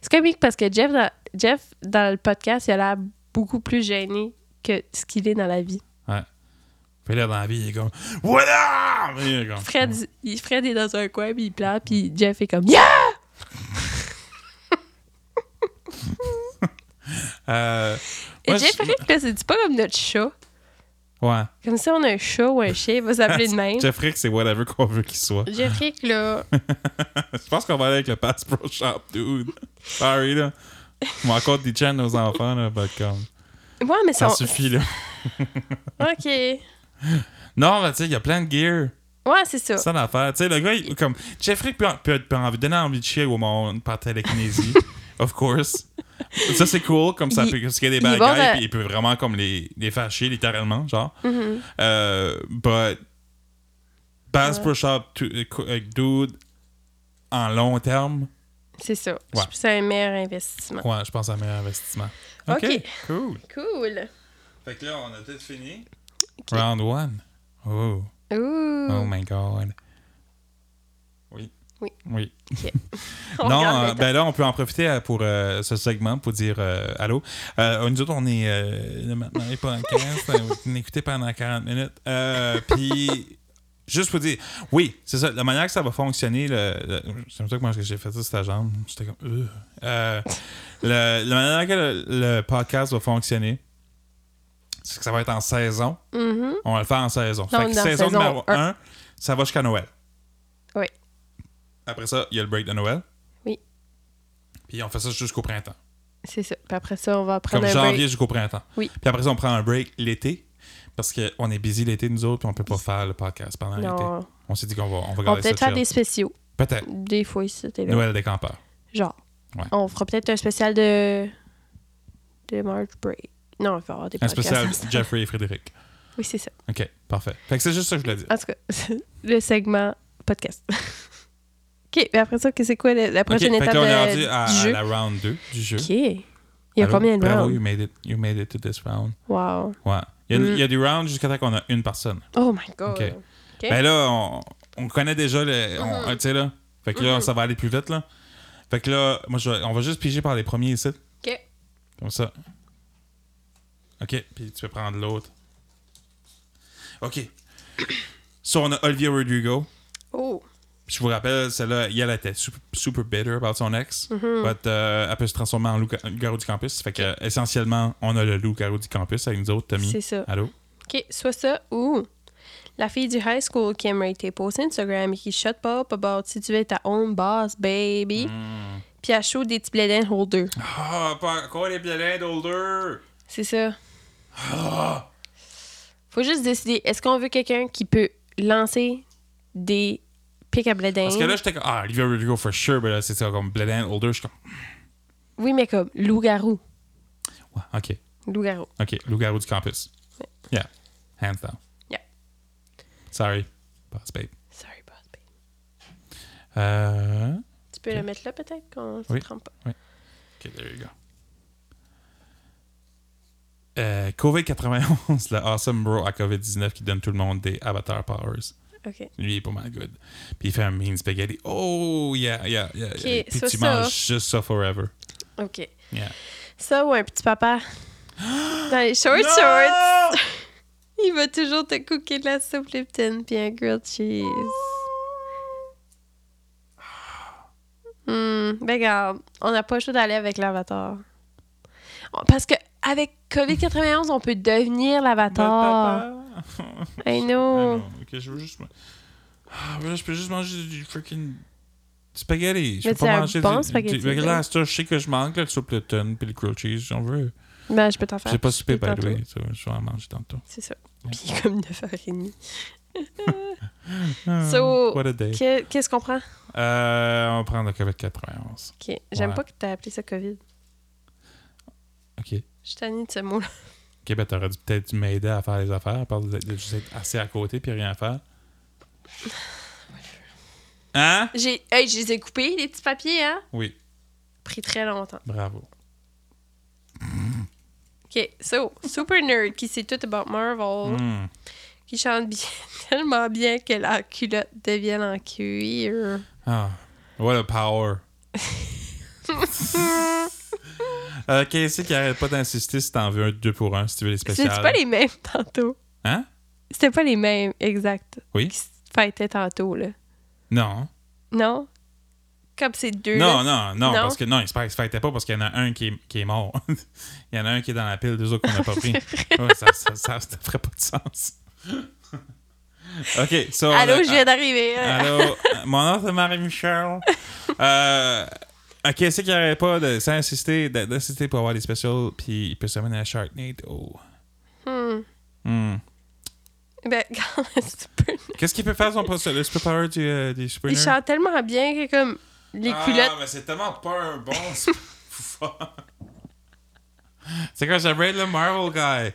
B: C'est comique parce que Jeff dans, Jeff, dans le podcast, il a l'air beaucoup plus gêné que ce qu'il est dans la vie.
A: Puis là, dans la vie, il est comme... Voilà! Il est comme-
B: Fred, il, Fred est dans un coin, puis il pleure, puis Jeff est comme Yeah!
A: Euh,
B: Et
A: moi,
B: Jeff
A: je-
B: Eric, là, c'est pas comme notre chat.
A: Ouais.
B: Comme si on a un chat ou un chien, il va s'appeler de même.
A: Jeffrey, c'est whatever qu'on veut qu'il soit.
B: Jeff Eric, là,
A: Je pense qu'on va aller avec le Pass Pro Shop, dude. Sorry, là. On encore des chaînes aux enfants, là, but comme.
B: Ouais, mais
A: Ça
B: son...
A: suffit, là. Ah,
B: OK. Ouais,
A: Non, mais tu sais, il y a plein de gear.
B: c'est ça.
A: C'est ça l'affaire. Tu sais, le gars, il- comme. Jeffrey peut, peut, peut envie, donner envie de chier au monde par télékinésie. of course. Ça, c'est cool, comme ça,
B: Il-
A: peut, parce qu'il y a des
B: il est
A: bad
B: bon
A: guys,
B: dans-
A: puis il peut vraiment, comme, les, les faire chier, littéralement, genre.
B: Mhm.
A: Euh, but. Bass Pro Shop, tu- euh, dude, en long terme,
B: C'est ça.
A: Ouais.
B: Je- C'est un meilleur investissement.
A: Ouais, je pense à un meilleur investissement.
B: OK. OK.
A: Cool.
B: Cool.
A: Fait que là, on a peut-être fini. Round one. Oh.
B: Ouh.
A: Oh my God. Oui.
B: Mm. Oui.
A: Oui.
B: On
A: non,
B: regarde
A: euh,
B: le temps.
A: ben là, on peut en profiter euh, pour euh, ce segment pour dire euh, allô. Euh, nous autres, on est euh, le maintenant les podcasts. euh, vous n'écoutez pendant 40 minutes. Euh, Puis, juste pour dire, oui, c'est ça. La manière que ça va fonctionner, le, le- c'est comme ça que moi, j'ai fait ça sur ta jambe. J'étais comme, Ugh. Euh, le- la manière que le, le podcast va fonctionner, c'est que ça va être en saison.
B: Mhm.
A: On va le faire en saison.
B: Non,
A: fait que
B: dans
A: saison,
B: saison
A: numéro
B: un.
A: 1, ça va jusqu'à Noël.
B: Oui.
A: Après ça, il y a le break de Noël.
B: Oui.
A: Puis on fait ça jusqu'au printemps.
B: C'est ça. Puis après ça, on va prendre
A: Comme
B: un
A: janvier
B: break.
A: jusqu'au printemps.
B: Oui.
A: Puis après ça, on prend un break l'été. Parce qu'on est busy l'été, nous autres, puis on peut pas faire le podcast pendant l'été.
B: Non.
A: On s'est dit qu'on va, on va
B: On
A: garder
B: va peut-être
A: ça
B: faire
A: chill.
B: des spéciaux.
A: Peut-être.
B: Des fois, ici, t'es là.
A: Noël des campeurs.
B: Genre.
A: Ouais.
B: On fera peut-être un spécial de... de March Break. Non, il va y avoir des
A: Un
B: podcasts.
A: spécial
B: à ça.
A: Jeffrey et Frédéric.
B: Oui, c'est ça.
A: OK, parfait. Fait que c'est juste ça que je voulais dire.
B: En tout cas, le segment podcast. OK, mais après ça, que c'est quoi la, la
A: OK,
B: prochaine
A: fait
B: étape
A: qu'on est
B: de-
A: rendu à,
B: du
A: à
B: jeu?
A: la round 2 du jeu.
B: OK. Il y a
A: Bravo,
B: combien de
A: bravo,
B: rounds?
A: you made it. You made it to this round.
B: Wow.
A: Ouais. Il y a,
B: Mm.
A: il y a des rounds jusqu'à temps qu'on a une personne.
B: Oh my God.
A: OK.
B: Ok. Mm-hmm.
A: Ben là, on, on connaît déjà le. on- ah, Tu sais, là. Fait que là, ça va aller plus vite, là. Fait que là, moi, je- on va juste piger par les premiers ici.
B: OK.
A: Comme ça. OK, puis tu peux prendre l'autre. OK. So, on a Olivia Rodrigo.
B: Oh.
A: Je vous rappelle, celle-là, elle était super, super bitter about son ex.
B: Mm-hmm.
A: But, euh, elle peut se transformer en loup ca- loup-garou du campus. Fait que, euh, essentiellement, on a le loup-garou du campus avec nous autres, Tommy.
B: C'est ça.
A: Allô?
B: OK, soit ça ou la fille du high school qui aimerait tes posts Instagram et qui shut pas up about si tu es ta own boss, baby.
A: Hmm.
B: Puis elle show des petits blédins holder.
A: Ah, pas encore les blédins d'older!
B: C'est ça.
A: Ah!
B: Faut juste décider, est-ce qu'on veut quelqu'un qui peut lancer des pics à blédins?
A: Parce que là, j'étais comme, ah, Olivia Rodrigo for sure, mais là, c'est ça, comme blédin older. Je suis comme,
B: Oui, mais comme loup-garou.
A: ouais, OK,
B: Loup-garou.
A: OK, loup-garou du campus. Yeah, hands down.
B: Yeah.
A: Sorry, boss babe.
B: Sorry, boss, baby.
A: Euh...
B: Tu peux le mettre là peut-être qu'on se
A: Oui.
B: trompe pas.
A: OK, there you go. Euh, COVID-91, le awesome bro à COVID-19 qui donne tout le monde des Avatar Powers.
B: OK.
A: Lui, il est pas mal good. Puis il fait un mean spaghetti. Oh, yeah, yeah, yeah.
B: Ok,
A: yeah. Puis
B: ça,
A: tu
B: ça.
A: manges juste ça forever.
B: OK.
A: Yeah.
B: Ça ou un petit papa dans les short
A: Non!
B: shorts. Il va toujours te cooker de la soupe Lipton puis un grilled cheese. Hmm, ben regarde, on n'a pas le choix d'aller avec l'avatar. On- Parce que avec COVID-91, on peut devenir l'avatar.
A: Papa.
B: I
A: Ah non,
B: know.
A: OK, je veux juste... ma- Ah, mais là, je peux juste manger du freaking... Spaghetti. Je
B: Mais
A: peux
B: c'est
A: pas
B: un
A: manger
B: bon
A: du,
B: spaghetti,
A: du- Mais
B: là.
A: là, c'est ça, je sais que je manque là, le soupe Luton puis le grilled cheese, j'en veux.
B: Ben, je peux t'en faire.
A: J'ai pas soupé, by the
B: tantôt.
A: way. ça, Je vais en manger tantôt.
B: C'est ça. Puis il est comme 9h30. So,
A: Ah, What a day.
B: Que- Qu'est-ce qu'on prend?
A: Euh, on va prendre le COVID-91.
B: Ok, J'aime
A: Ouais.
B: pas que t'aies appelé ça COVID.
A: OK. OK,
B: Je suis tannée de ce mot-là.
A: ben t'aurais dû- peut-être dû m'aider à faire les affaires, à part de, de juste être assis à côté puis rien faire. Hein?
B: J'ai, hey, je les ai coupés, les petits papiers, hein?
A: Oui,
B: Pris très longtemps.
A: bravo.
B: OK, so, Super Nerd, qui sait tout about Marvel,
A: Hmm.
B: qui chante bien, tellement bien que la culotte devienne en cuir.
A: Ah, what a power. euh, Casey qui arrête pas d'insister si t'en veux un 2 pour 1, si tu veux les spéciales.
B: C'était pas les mêmes tantôt.
A: Hein?
B: C'était pas les mêmes, exact.
A: Oui.
B: Qui se fêtaient tantôt, là.
A: Non.
B: Non? Comme c'est deux.
A: Non,
B: là.
A: non, non,
B: Non?
A: parce que non, il se fait- il se fêtait pas parce qu'il y en a un qui est, qui est mort. il y en a un qui est dans la pile, deux autres qu'on n'a pas pris. Ouais, ça, ça, ça, ça ferait pas de sens. OK, so... on a-
B: Allô, je viens d'arriver. là.
A: Allô, Euh, mon nom c'est Marie-Michel. euh, OK, c'est qu'il n'y aurait pas de s'insister de- d'insister pour avoir des specials, puis il peut se mener à Sharknado.
B: Hmm.
A: Hmm.
B: Ben, quand le Super Nerd.
A: Qu'est-ce qu'il peut faire son poste, le super power du, euh, du super
B: Il
A: nerd?
B: chante tellement bien que, comme, les culottes.
A: Ah, mais c'est tellement pas un bon sp- pouvoir. C'est quoi, j'aimerais être le Marvel guy.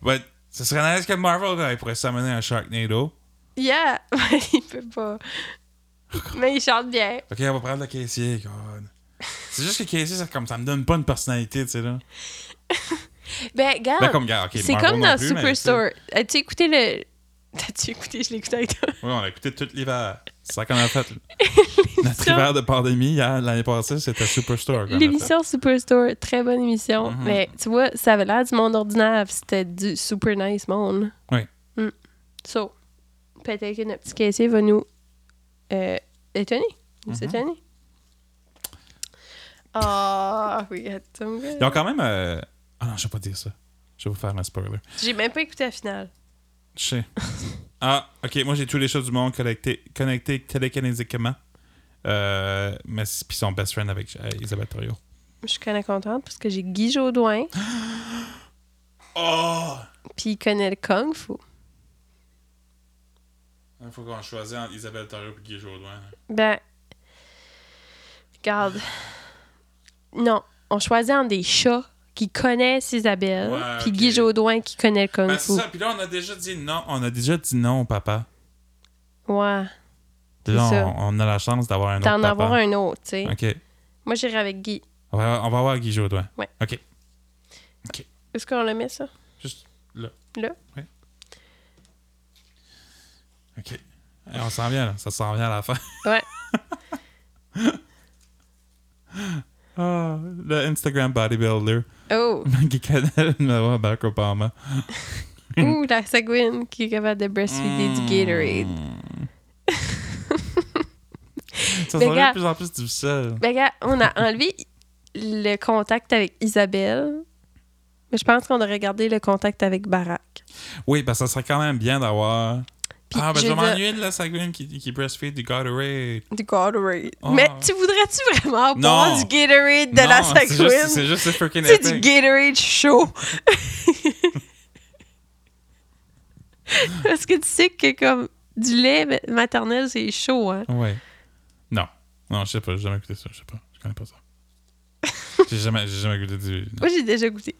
A: But ce serait nice que le Marvel guy pourrait s'amener à Sharknado.
B: Yeah! il peut pas. Mais il chante bien.
A: Ok, on va prendre le caissier, God. C'est juste que caissier, ça, comme, ça me donne pas une personnalité, tu sais, là.
B: Ben, regarde.
A: Ben, comme, gars, ok,
B: c'est
A: Marvel
B: comme
A: non
B: dans
A: plus, mais,
B: Superstore. As-tu écouté le. T'as-tu écouté? Je l'ai écouté avec toi.
A: tu sais, Oui, on a écouté tout l'hiver. C'est ça qu'on a fait. Notre
B: L'émission-
A: hiver de pandémie, hier, l'année passée, c'était Superstore. qu'on a fait.
B: L'émission Superstore, très bonne émission.
A: Mhm.
B: Mais tu vois, ça avait l'air du monde ordinaire. puis C'était du super nice monde.
A: Oui.
B: Mm. So, peut-être que notre petit caissier va nous euh, étonner. Nous
A: Mhm.
B: étonner. Ah, oui, attends.
A: Ils ont quand même. euh, Ah non, je vais pas dire ça. Je vais vous faire un spoiler.
B: J'ai même pas écouté la finale.
A: Je sais. Ah, ok, moi j'ai tous les chats du monde connectés, connectés télékinésiquement. Euh, mais c'est- puis son best friend avec euh, Isabelle Thériault.
B: Je suis quand même contente parce que j'ai Guy Jodoin,
A: Oh!
B: puis il connaît le Kung Fu.
A: Il Hein, faut qu'on choisisse entre Isabelle Thériault et Guy hein. Jourdouin.
B: Ben. Regarde. Non, on choisit entre des chats qui connaît Isabelle,
A: Ouais,
B: puis
A: ok.
B: Guy Jodoin qui connaît le Kung
A: Ben,
B: Fu.
A: c'est ça. Puis là, on a déjà dit non. On a déjà dit non, au papa.
B: Ouais.
A: Puis là,
B: C'est ça.
A: on, on a la chance d'avoir un autre
B: D'en
A: papa.
B: avoir un autre, tu sais.
A: OK.
B: Moi, j'irai avec Guy.
A: On va, on va voir Guy Jodoin.
B: Ouais.
A: OK.
B: Est-ce qu'on le met, ça?
A: Juste là.
B: Là?
A: Oui. OK. Eh, on s'en vient, là. Ça s'en vient à la fin.
B: Ouais.
A: Ah, le Instagram bodybuilder.
B: Oh!
A: Guy Canel, Noah Barack Obama.
B: Ouh, la Sagouine qui est capable de breastfeeder
A: Hmm.
B: du Gatorade.
A: Ça
B: Mais
A: devient de
B: gars-
A: plus en plus difficile.
B: Ben, gars, on a enlevé le contact avec Isabelle, mais je pense qu'on aurait gardé le contact avec Barack.
A: Oui, parce que ça serait quand même bien d'avoir.
B: Puis,
A: ah, ben
B: je
A: je
B: veux dire-
A: m'ennuie de la Sagouine qui, qui breastfeed du Gatorade.
B: Du Gatorade.
A: Ah.
B: Mais tu voudrais-tu vraiment boire
A: Non.
B: du Gatorade de la
A: Non, c'est juste-
B: Sagouine?
A: C'est juste le freaking
B: C'est du
A: epic.
B: Gatorade chaud. Parce que tu sais que comme du lait ma- maternel, c'est chaud, hein?
A: Ouais. Non. Non, je sais pas. J'ai jamais écouté ça. Je sais pas. Je connais pas ça. j'ai jamais, j'ai jamais écouté du. non.
B: Moi, j'ai déjà goûté.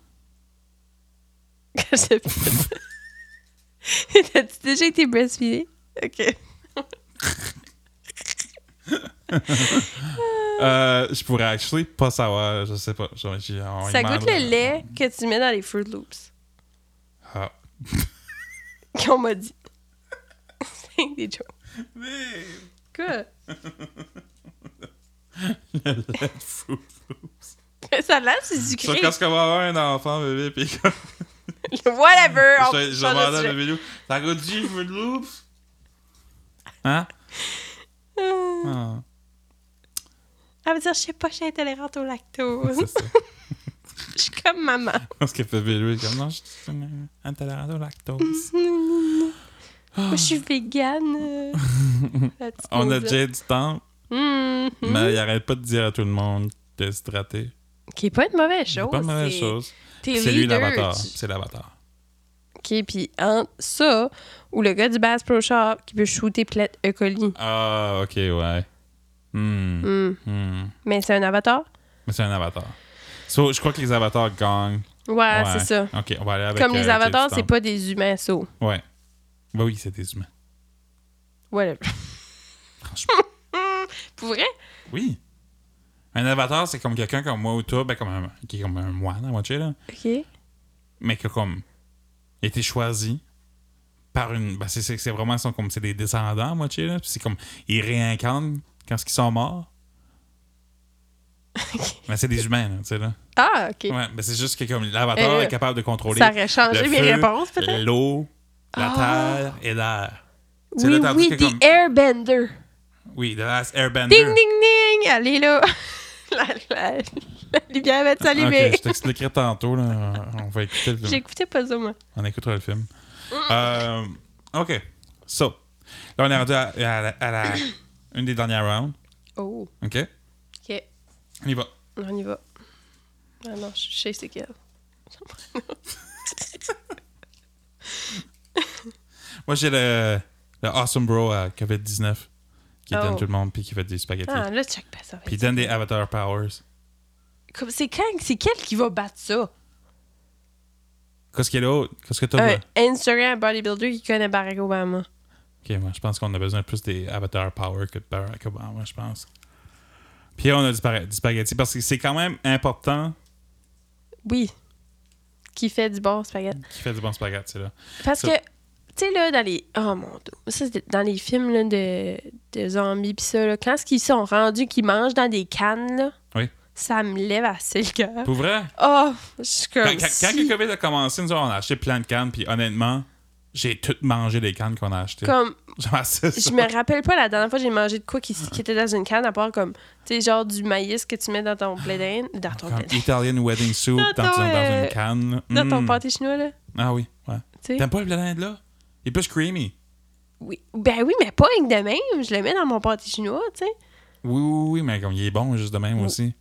B: Quand j'étais petite. T'as-tu déjà été breastfeedée? OK.
A: Euh, je pourrais actually pas savoir. Je sais pas. J'en- j'y- on y hein.
B: Ça
A: demande.
B: goûte le lait que tu mets dans les Fruit Loops,
A: Ah.
B: qu'on m'a dit. c'est des jokes. Quoi?
A: le lait de fruit.
B: Ça a l'air, c'est
A: Sur
B: sucré.
A: quand on va avoir un enfant, bébé, pis comme.
B: Whatever! on
A: je je
B: change de
A: demandais à
B: sujet.
A: la vidéo. Ça goûte du fruit loops. Hein?
B: Ah.
A: Ah.
B: Elle veut dire, je sais pas, je suis intolérante au
A: C'est
B: lactose.
A: ça.
B: je suis comme maman.
A: Parce que bébé lui, comme non, je suis intolérant au lactose.
B: Moi, je suis végane. euh, la petite
A: On a
B: Mozart.
A: Jay du temps,
B: Mhm.
A: mais il arrête pas de dire à tout le monde qu'il est hydraté.
B: Qui est pas une mauvaise chose.
A: C'est pas une mauvaise
B: c'est-
A: chose.
B: t'es
A: C'est lui
B: leader,
A: l'avatar.
B: tu-
A: C'est l'avatar.
B: OK, puis entre ça ou le gars du Bass Pro Shop qui peut shooter plein E. coli.
A: Ah, ok, ouais. Hmm.
B: Hmm.
A: hmm.
B: Mais c'est un avatar?
A: Mais c'est un avatar. So, je crois que les avatars gagnent.
B: Ouais,
A: Ouais.
B: Ah, c'est ça.
A: Ok, on va aller avec
B: Comme les
A: euh,
B: avatars,
A: Jay
B: c'est
A: du
B: pas des humains, so.
A: temps. Ouais. Bah oui, c'est des humains.
B: Whatever.
A: Franchement.
B: Pour vrai?
A: oui. Un avatar, c'est comme quelqu'un comme moi ou toi, ben comme un, qui est comme un moine à moitié, là.
B: OK.
A: mais que comme il a été choisi par une ben, c'est- c'est c'est vraiment son- comme c'est des descendants à moitié là puis c'est comme ils réincarnent quand ils sont morts mais c'est des humains là, tu sais là
B: Ah, OK.
A: ouais mais c'est juste que comme l'avatar
B: Euh,
A: est capable de contrôler
B: ça aurait changé
A: le
B: mes
A: feu,
B: réponses, peut-être?
A: l'eau la
B: Ah.
A: terre et l'air C'est
B: Oui,
A: là, tandis
B: oui,
A: que
B: The
A: comme-
B: Airbender.
A: oui the last airbender
B: Ding, ding, ding! Allez, là! la, la, la lumière va être allumée.
A: ok je t'expliquerai tantôt là on va écouter le film
B: J'écoutais pas ça, moi.
A: On écoutera le film. Euh, OK. So, là, on est rendu à, à la, à la- une des dernières rounds.
B: Oh,
A: OK?
B: OK.
A: On y va.
B: On y va. Ah non, je sais c'est quel.
A: Moi, j'ai le, le Awesome Bro à COVID-19 qui
B: Oh.
A: donne tout le monde puis qui fait des spaghettis.
B: Ah, là, check pas ça. va
A: Puis il
B: être-
A: donne des Avatar Powers.
B: Comme, C'est quand, c'est quel qui va battre ça?
A: Qu'est-ce qu'il y a d'autre? Qu'est-ce que t'as
B: Un
A: là?
B: Instagram bodybuilder qui connaît Barack Obama.
A: OK, moi, je pense qu'on a besoin plus des Avatar Power que de Barack Obama, je pense. Puis on a du, spag- du spaghetti parce que c'est quand même important
B: Oui. Qui fait du bon spaghetti.
A: qu'il fait du bon spaghetti, là.
B: Parce
A: Ça-
B: que, tu sais, là, dans les. Oh mon dieu. Ça, c'est dans les films là, de, de zombies, pis ça, là, quand ce qu'ils sont rendus, qu'ils mangent dans des cannes, là,
A: Oui.
B: ça me lève assez le cœur.
A: Pour vrai?
B: Oh, je suis comme.
A: Ben, Quand, quand-
B: si-
A: quand le COVID a commencé, nous, on a acheté plein de cannes, puis honnêtement, j'ai tout mangé des cannes qu'on a achetées.
B: comme
A: Genre, c'est
B: je
A: ça.
B: me rappelle pas la dernière fois que j'ai mangé de quoi qui, qui était dans une canne, à part comme, tu sais, genre du maïs que tu mets dans ton blé d'Inde. Dans ton
A: Comme
B: blé d'Inde.
A: Italian Wedding Soup
B: Dans
A: dans,
B: ton,
A: dans
B: euh,
A: une canne.
B: Dans ton
A: Mm.
B: pâté chinois, là.
A: Ah oui, ouais.
B: Tu sais.
A: T'aimes pas le blé d'Inde, là? Il est plus creamy.
B: Oui. Ben oui, mais pas avec de même. Je le mets dans mon pâté chinois, tu sais.
A: Oui, oui, oui, mais comme il est bon juste de même aussi.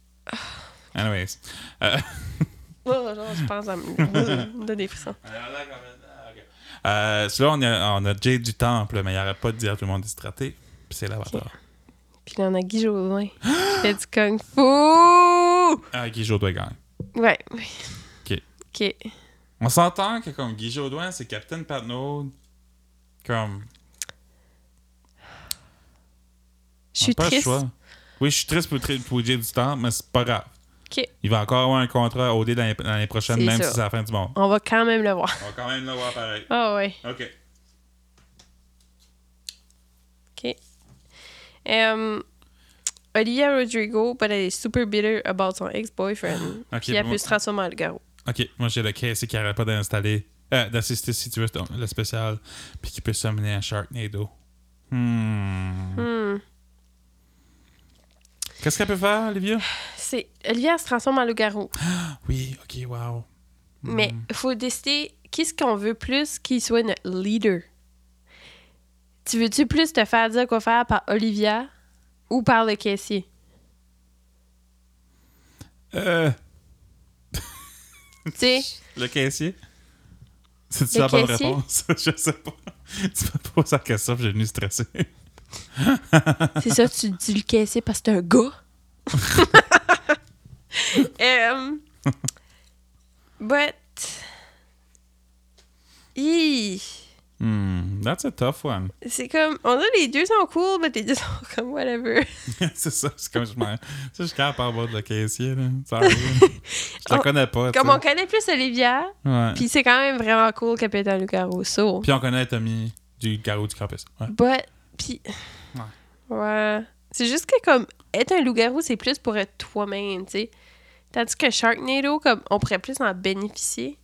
A: Anyways. Euh,
B: Oh, genre, je pense à me donner des frissons.
A: euh, celui-là, on a, on a Jay du Temple, mais il arrête pas de dire à tout le monde d'hydrater. Puis c'est l'avatar.
B: Puis là, on a Guy Jodoin qui fait du kung fu.
A: Ah, Guy Jodoin gagne.
B: Ouais. OK. OK.
A: On s'entend que comme Guy Jodoin, c'est Captain Patnaud. Comme.
B: Je
A: on
B: suis
A: a pas le
B: triste.
A: choix. Oui, je suis triste pour, tri- pour Jay du temps, mais c'est pas grave.
B: OK.
A: Il va encore avoir un contrat OD l'année l'année prochaine,
B: C'est
A: même
B: ça.
A: si c'est la fin du monde.
B: On va quand même le voir.
A: On va quand même le voir pareil.
B: Ah ouais.
A: OK.
B: OK. Um, Olivia Rodrigo, but elle est super bitter about son ex-boyfriend.
A: OK,
B: Puis elle
A: moi-
B: peut se transformer en garou.
A: OK, moi j'ai le KC qui arrête pas d'installer, euh, d'assister si tu veux ton- le spécial, puis qui peut s'amener à Sharknado. Hmm. Qu'est-ce qu'elle peut faire, Olivia?
B: C'est Olivia elle se transforme en loup-garou.
A: Oui, ok, wow. Hmm.
B: Mais il faut décider qu'est-ce qu'on veut plus qu'il soit notre leader. Tu veux-tu plus te faire dire quoi faire par Olivia ou par le caissier?
A: Euh,
B: Tu sais,
A: le caissier? C'est-tu
B: Le
A: la bonne
B: caissier?
A: réponse? Je sais pas. Tu me poses la question, puis j'ai venu stresser.
B: c'est ça, tu dis le caissier parce que t'es un gars. um, but. Hi.
A: Hmm, that's a tough one.
B: C'est comme, on a les deux sont cool, mais les deux sont comme whatever.
A: c'est ça, c'est comme je m'en. Tu sais, je quand par de le caissier, là. Ça arrive. Je la
B: On-
A: connais pas, tu
B: Comme on
A: sais.
B: connaît plus Olivia,
A: Ouais.
B: Oh, puis c'est quand même vraiment cool Capitaine Lucaro. So,
A: Puis on connaît Tommy du garou du campus. Ouais.
B: but, puis. Ouais. C'est juste que, comme, être un loup-garou, c'est plus pour être toi-même, tu sais. Tandis que Sharknado, comme, on pourrait plus en bénéficier.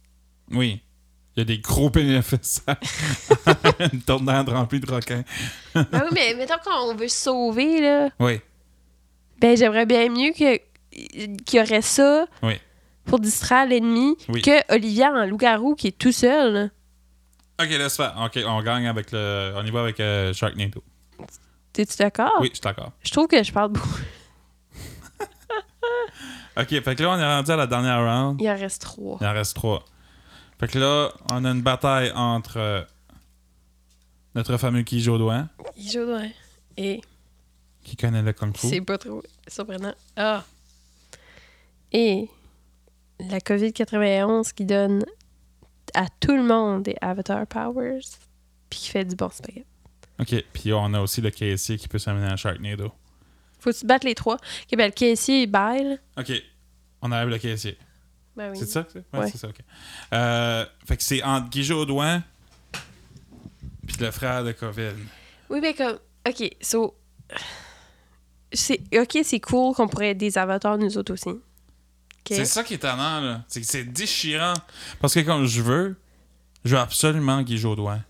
A: Oui. Il y a des gros bénéfices. Une tornade remplie de requins.
B: ben oui, mais mettons qu'on veut sauver, là.
A: Oui.
B: Ben, j'aimerais bien mieux que qu'il y aurait ça
A: Oui.
B: pour distraire l'ennemi
A: Oui.
B: que Olivia en loup-garou qui est tout seul, là.
A: Ok, laisse faire. Ok, on gagne avec le. On y va avec euh, Sharknado.
B: T'es-tu d'accord?
A: Oui, je suis d'accord.
B: Je trouve que je parle beaucoup.
A: Ok, fait que là, on est rendu à la dernière round.
B: Il en reste trois.
A: Il en reste trois. Fait que là, on a une bataille entre euh, notre fameux Kijo Douan,
B: Il joue loin. Et
A: qui connaît le Kung
B: c'est
A: Fu.
B: pas trop surprenant. Ah! Et la COVID-91 qui donne à tout le monde des Avatar Powers, puis qui fait du bon spaghetti.
A: Ok, puis on a aussi le caissier qui peut s'amener à Sharknado.
B: Faut-tu battre les trois? Ok, ben le caissier, il baille.
A: Ok, on arrive le caissier.
B: Ben oui.
A: C'est ça? que c'est? Ouais,
B: Ouais.
A: c'est ça, ok. Euh, fait que c'est entre Guy Jodoin puis le frère de Coville.
B: Oui, mais comme. Ok, so. C'est, ok, c'est cool qu'on pourrait être des avatars nous autres aussi. Ok.
A: C'est ça qui est étonnant, là. C'est que c'est déchirant. Parce que comme je veux, je veux absolument Guy Jodoin.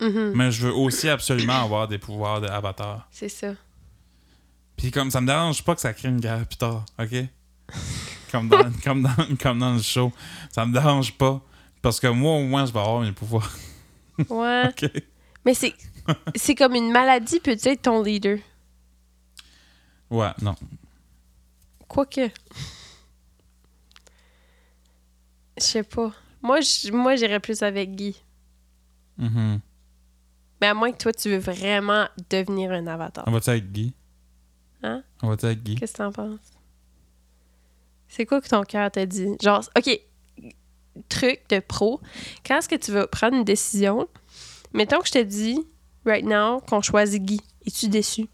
B: Mhm,
A: Mais je veux aussi absolument avoir des pouvoirs d'avatar.
B: c'est ça.
A: Puis comme ça me dérange pas que ça crée une guerre plus tard, ok? Comme dans, comme dans, comme dans le show. Ça me dérange pas. Parce que moi, au moins, je vais avoir mes pouvoirs,
B: Ouais.
A: ok?
B: Mais c'est, c'est comme une maladie, peut-être être ton leader.
A: Ouais, non.
B: Quoique. Je sais pas. Moi, j- moi j'irais plus avec Guy.
A: Mhm.
B: Mais à moins que toi, tu veux vraiment devenir un avatar.
A: On va-tu avec Guy?
B: Hein?
A: On va-tu avec Guy?
B: Qu'est-ce que t'en penses? C'est quoi que ton cœur t'a dit? Genre, OK, truc de pro. Quand est-ce que tu vas prendre une décision? Mettons que je te dis, right now, qu'on choisit Guy. Es-tu déçu?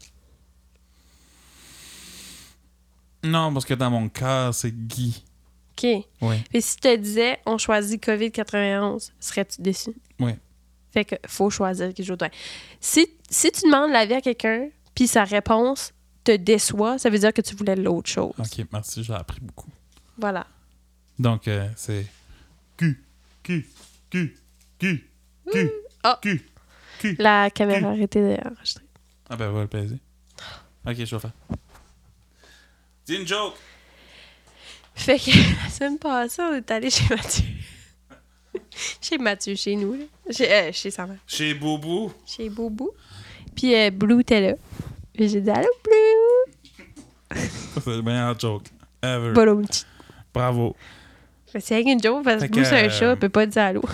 A: Non, parce que dans mon cœur, c'est Guy.
B: OK.
A: Oui.
B: Puis si je te disais, on choisit COVID-91, serais-tu déçu?
A: Oui.
B: Fait que faut choisir qui joue toi. Si, si tu demandes l'avis à quelqu'un, puis sa réponse te déçoit, ça veut dire que tu voulais l'autre chose.
A: Ok, merci, j'ai appris beaucoup.
B: Voilà.
A: Donc, euh, c'est. Q, Q, Q, Q, Q,
B: Ah.
A: Q.
B: La caméra a arrêté d'enregistrer.
A: Ah ben, va le peser. Ok, je vais le faire. Dis une joke!
B: Fait que la semaine passée, on est allé chez Mathieu. chez Mathieu, chez nous, là. Chez, euh, chez sa mère.
A: Chez Boubou.
B: Chez Boubou. Puis euh, Blue était là. Puis j'ai dit Allô, Blue
A: Ça, C'est le meilleur joke ever.
B: Voilà, petit.
A: Bravo.
B: Fait que C'est rien qu'une joke, parce que
A: Fait
B: Blue,
A: que,
B: c'est
A: euh,
B: un chat, elle peut pas dire allô.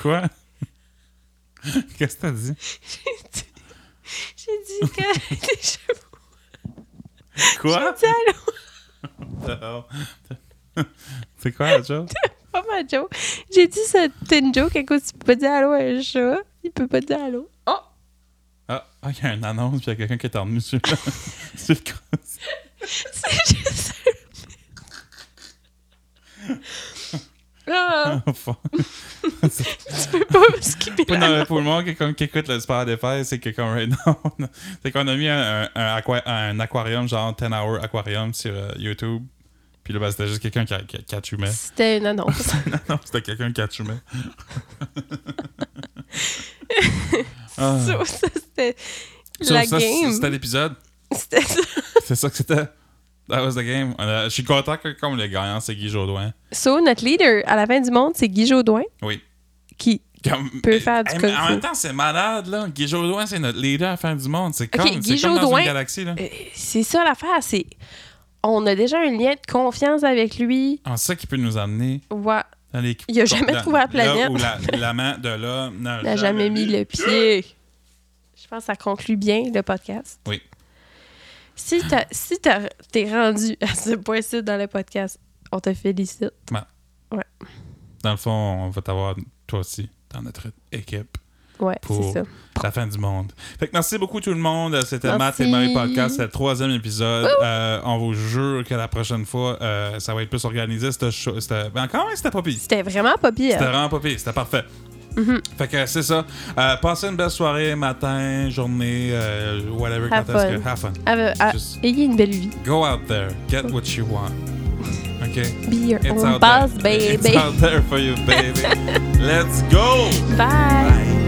A: Quoi? Qu'est-ce que t'as dit?
B: J'ai dit que des chevaux.
A: quoi?
B: J'ai dit allô.
A: C'est quoi la joke?
B: Pas ma joke. J'ai dit c'était une joke à cause tu peux pas dire allô à un chat. Il peut pas dire allô. Oh!
A: Ah, ah, il y a une annonce, puis il y a quelqu'un qui est en dessus. C'est le cas.
B: C'est juste. Ah,
A: Enfin.
B: tu peux pas skipper
A: Pour,
B: la-
A: non, mais pour le monde qui, comme, qui écoute le sport des fêtes, c'est que comme right now, on a- c'est qu'on a mis un, un- un aqua- un aquarium, genre 10 hour aquarium sur euh, YouTube. Puis là, ben, c'était juste quelqu'un qui, a- qui, a- qui a chumé.
B: C'était une annonce.
A: non, non, c'était quelqu'un qui a chumé. Ah.
B: So, ça, c'était
A: So,
B: la
A: ça, c'est-
B: game.
A: C'était l'épisode.
B: C'était ça.
A: C'est ça que c'était. That was the game. On a- je suis content que comme le gagnant, c'est Guy Jodoin.
B: So, notre leader à la fin du monde, c'est Guy Jodoin.
A: Oui.
B: Qui...
A: Comme-
B: Peut faire du
A: Eh,
B: kung
A: mais En
B: fu.
A: même temps, c'est malade, là. Guy Jodoin, c'est notre leader à la fin du monde. C'est comme,
B: Guy
A: c'est comme dans
B: Jodoin-
A: une galaxie, là.
B: Euh, C'est ça l'affaire. C'est... On a déjà un lien de confiance avec lui.
A: En Ah, ça qui peut nous amener
B: Ouais.
A: dans les...
B: Il a jamais
A: dans-
B: trouvé la planète.
A: Là où la, la main de l'homme n'a
B: Il n'a jamais mis le pied. Je pense que ça conclut bien le podcast.
A: Oui.
B: Si t'as- si t'as- t'es rendu à ce point-ci dans le podcast, on te félicite.
A: Dans le fond, on va t'avoir, toi aussi, dans notre équipe.
B: Ouais,
A: Pour-
B: c'est ça.
A: La fin du monde. Fait que merci beaucoup tout le monde. C'était Matt
B: Merci.
A: et Marie Podcast. C'était le troisième épisode. Euh, on vous jure que la prochaine fois, euh, ça va être plus organisé. C'était chaud. C'était... Ben, quand même, c'était pas pire.
B: C'était vraiment pas
A: C'était
B: pire.
A: vraiment pas pire. C'était parfait.
B: Mm-hmm.
A: Fait que c'est ça. Euh, passez une belle soirée, matin, journée, euh, whatever.
B: Have
A: quand est-ce
B: fun. Ah.
A: que- Have fun.
B: Ave- a-
A: Just
B: Ayez euh, une belle vie.
A: go out there. Get what you want. OK?
B: Be your
A: It's
B: own
A: out
B: boss,
A: there.
B: baby.
A: It's out there for you, baby. Let's go!
B: Bye.
A: Bye.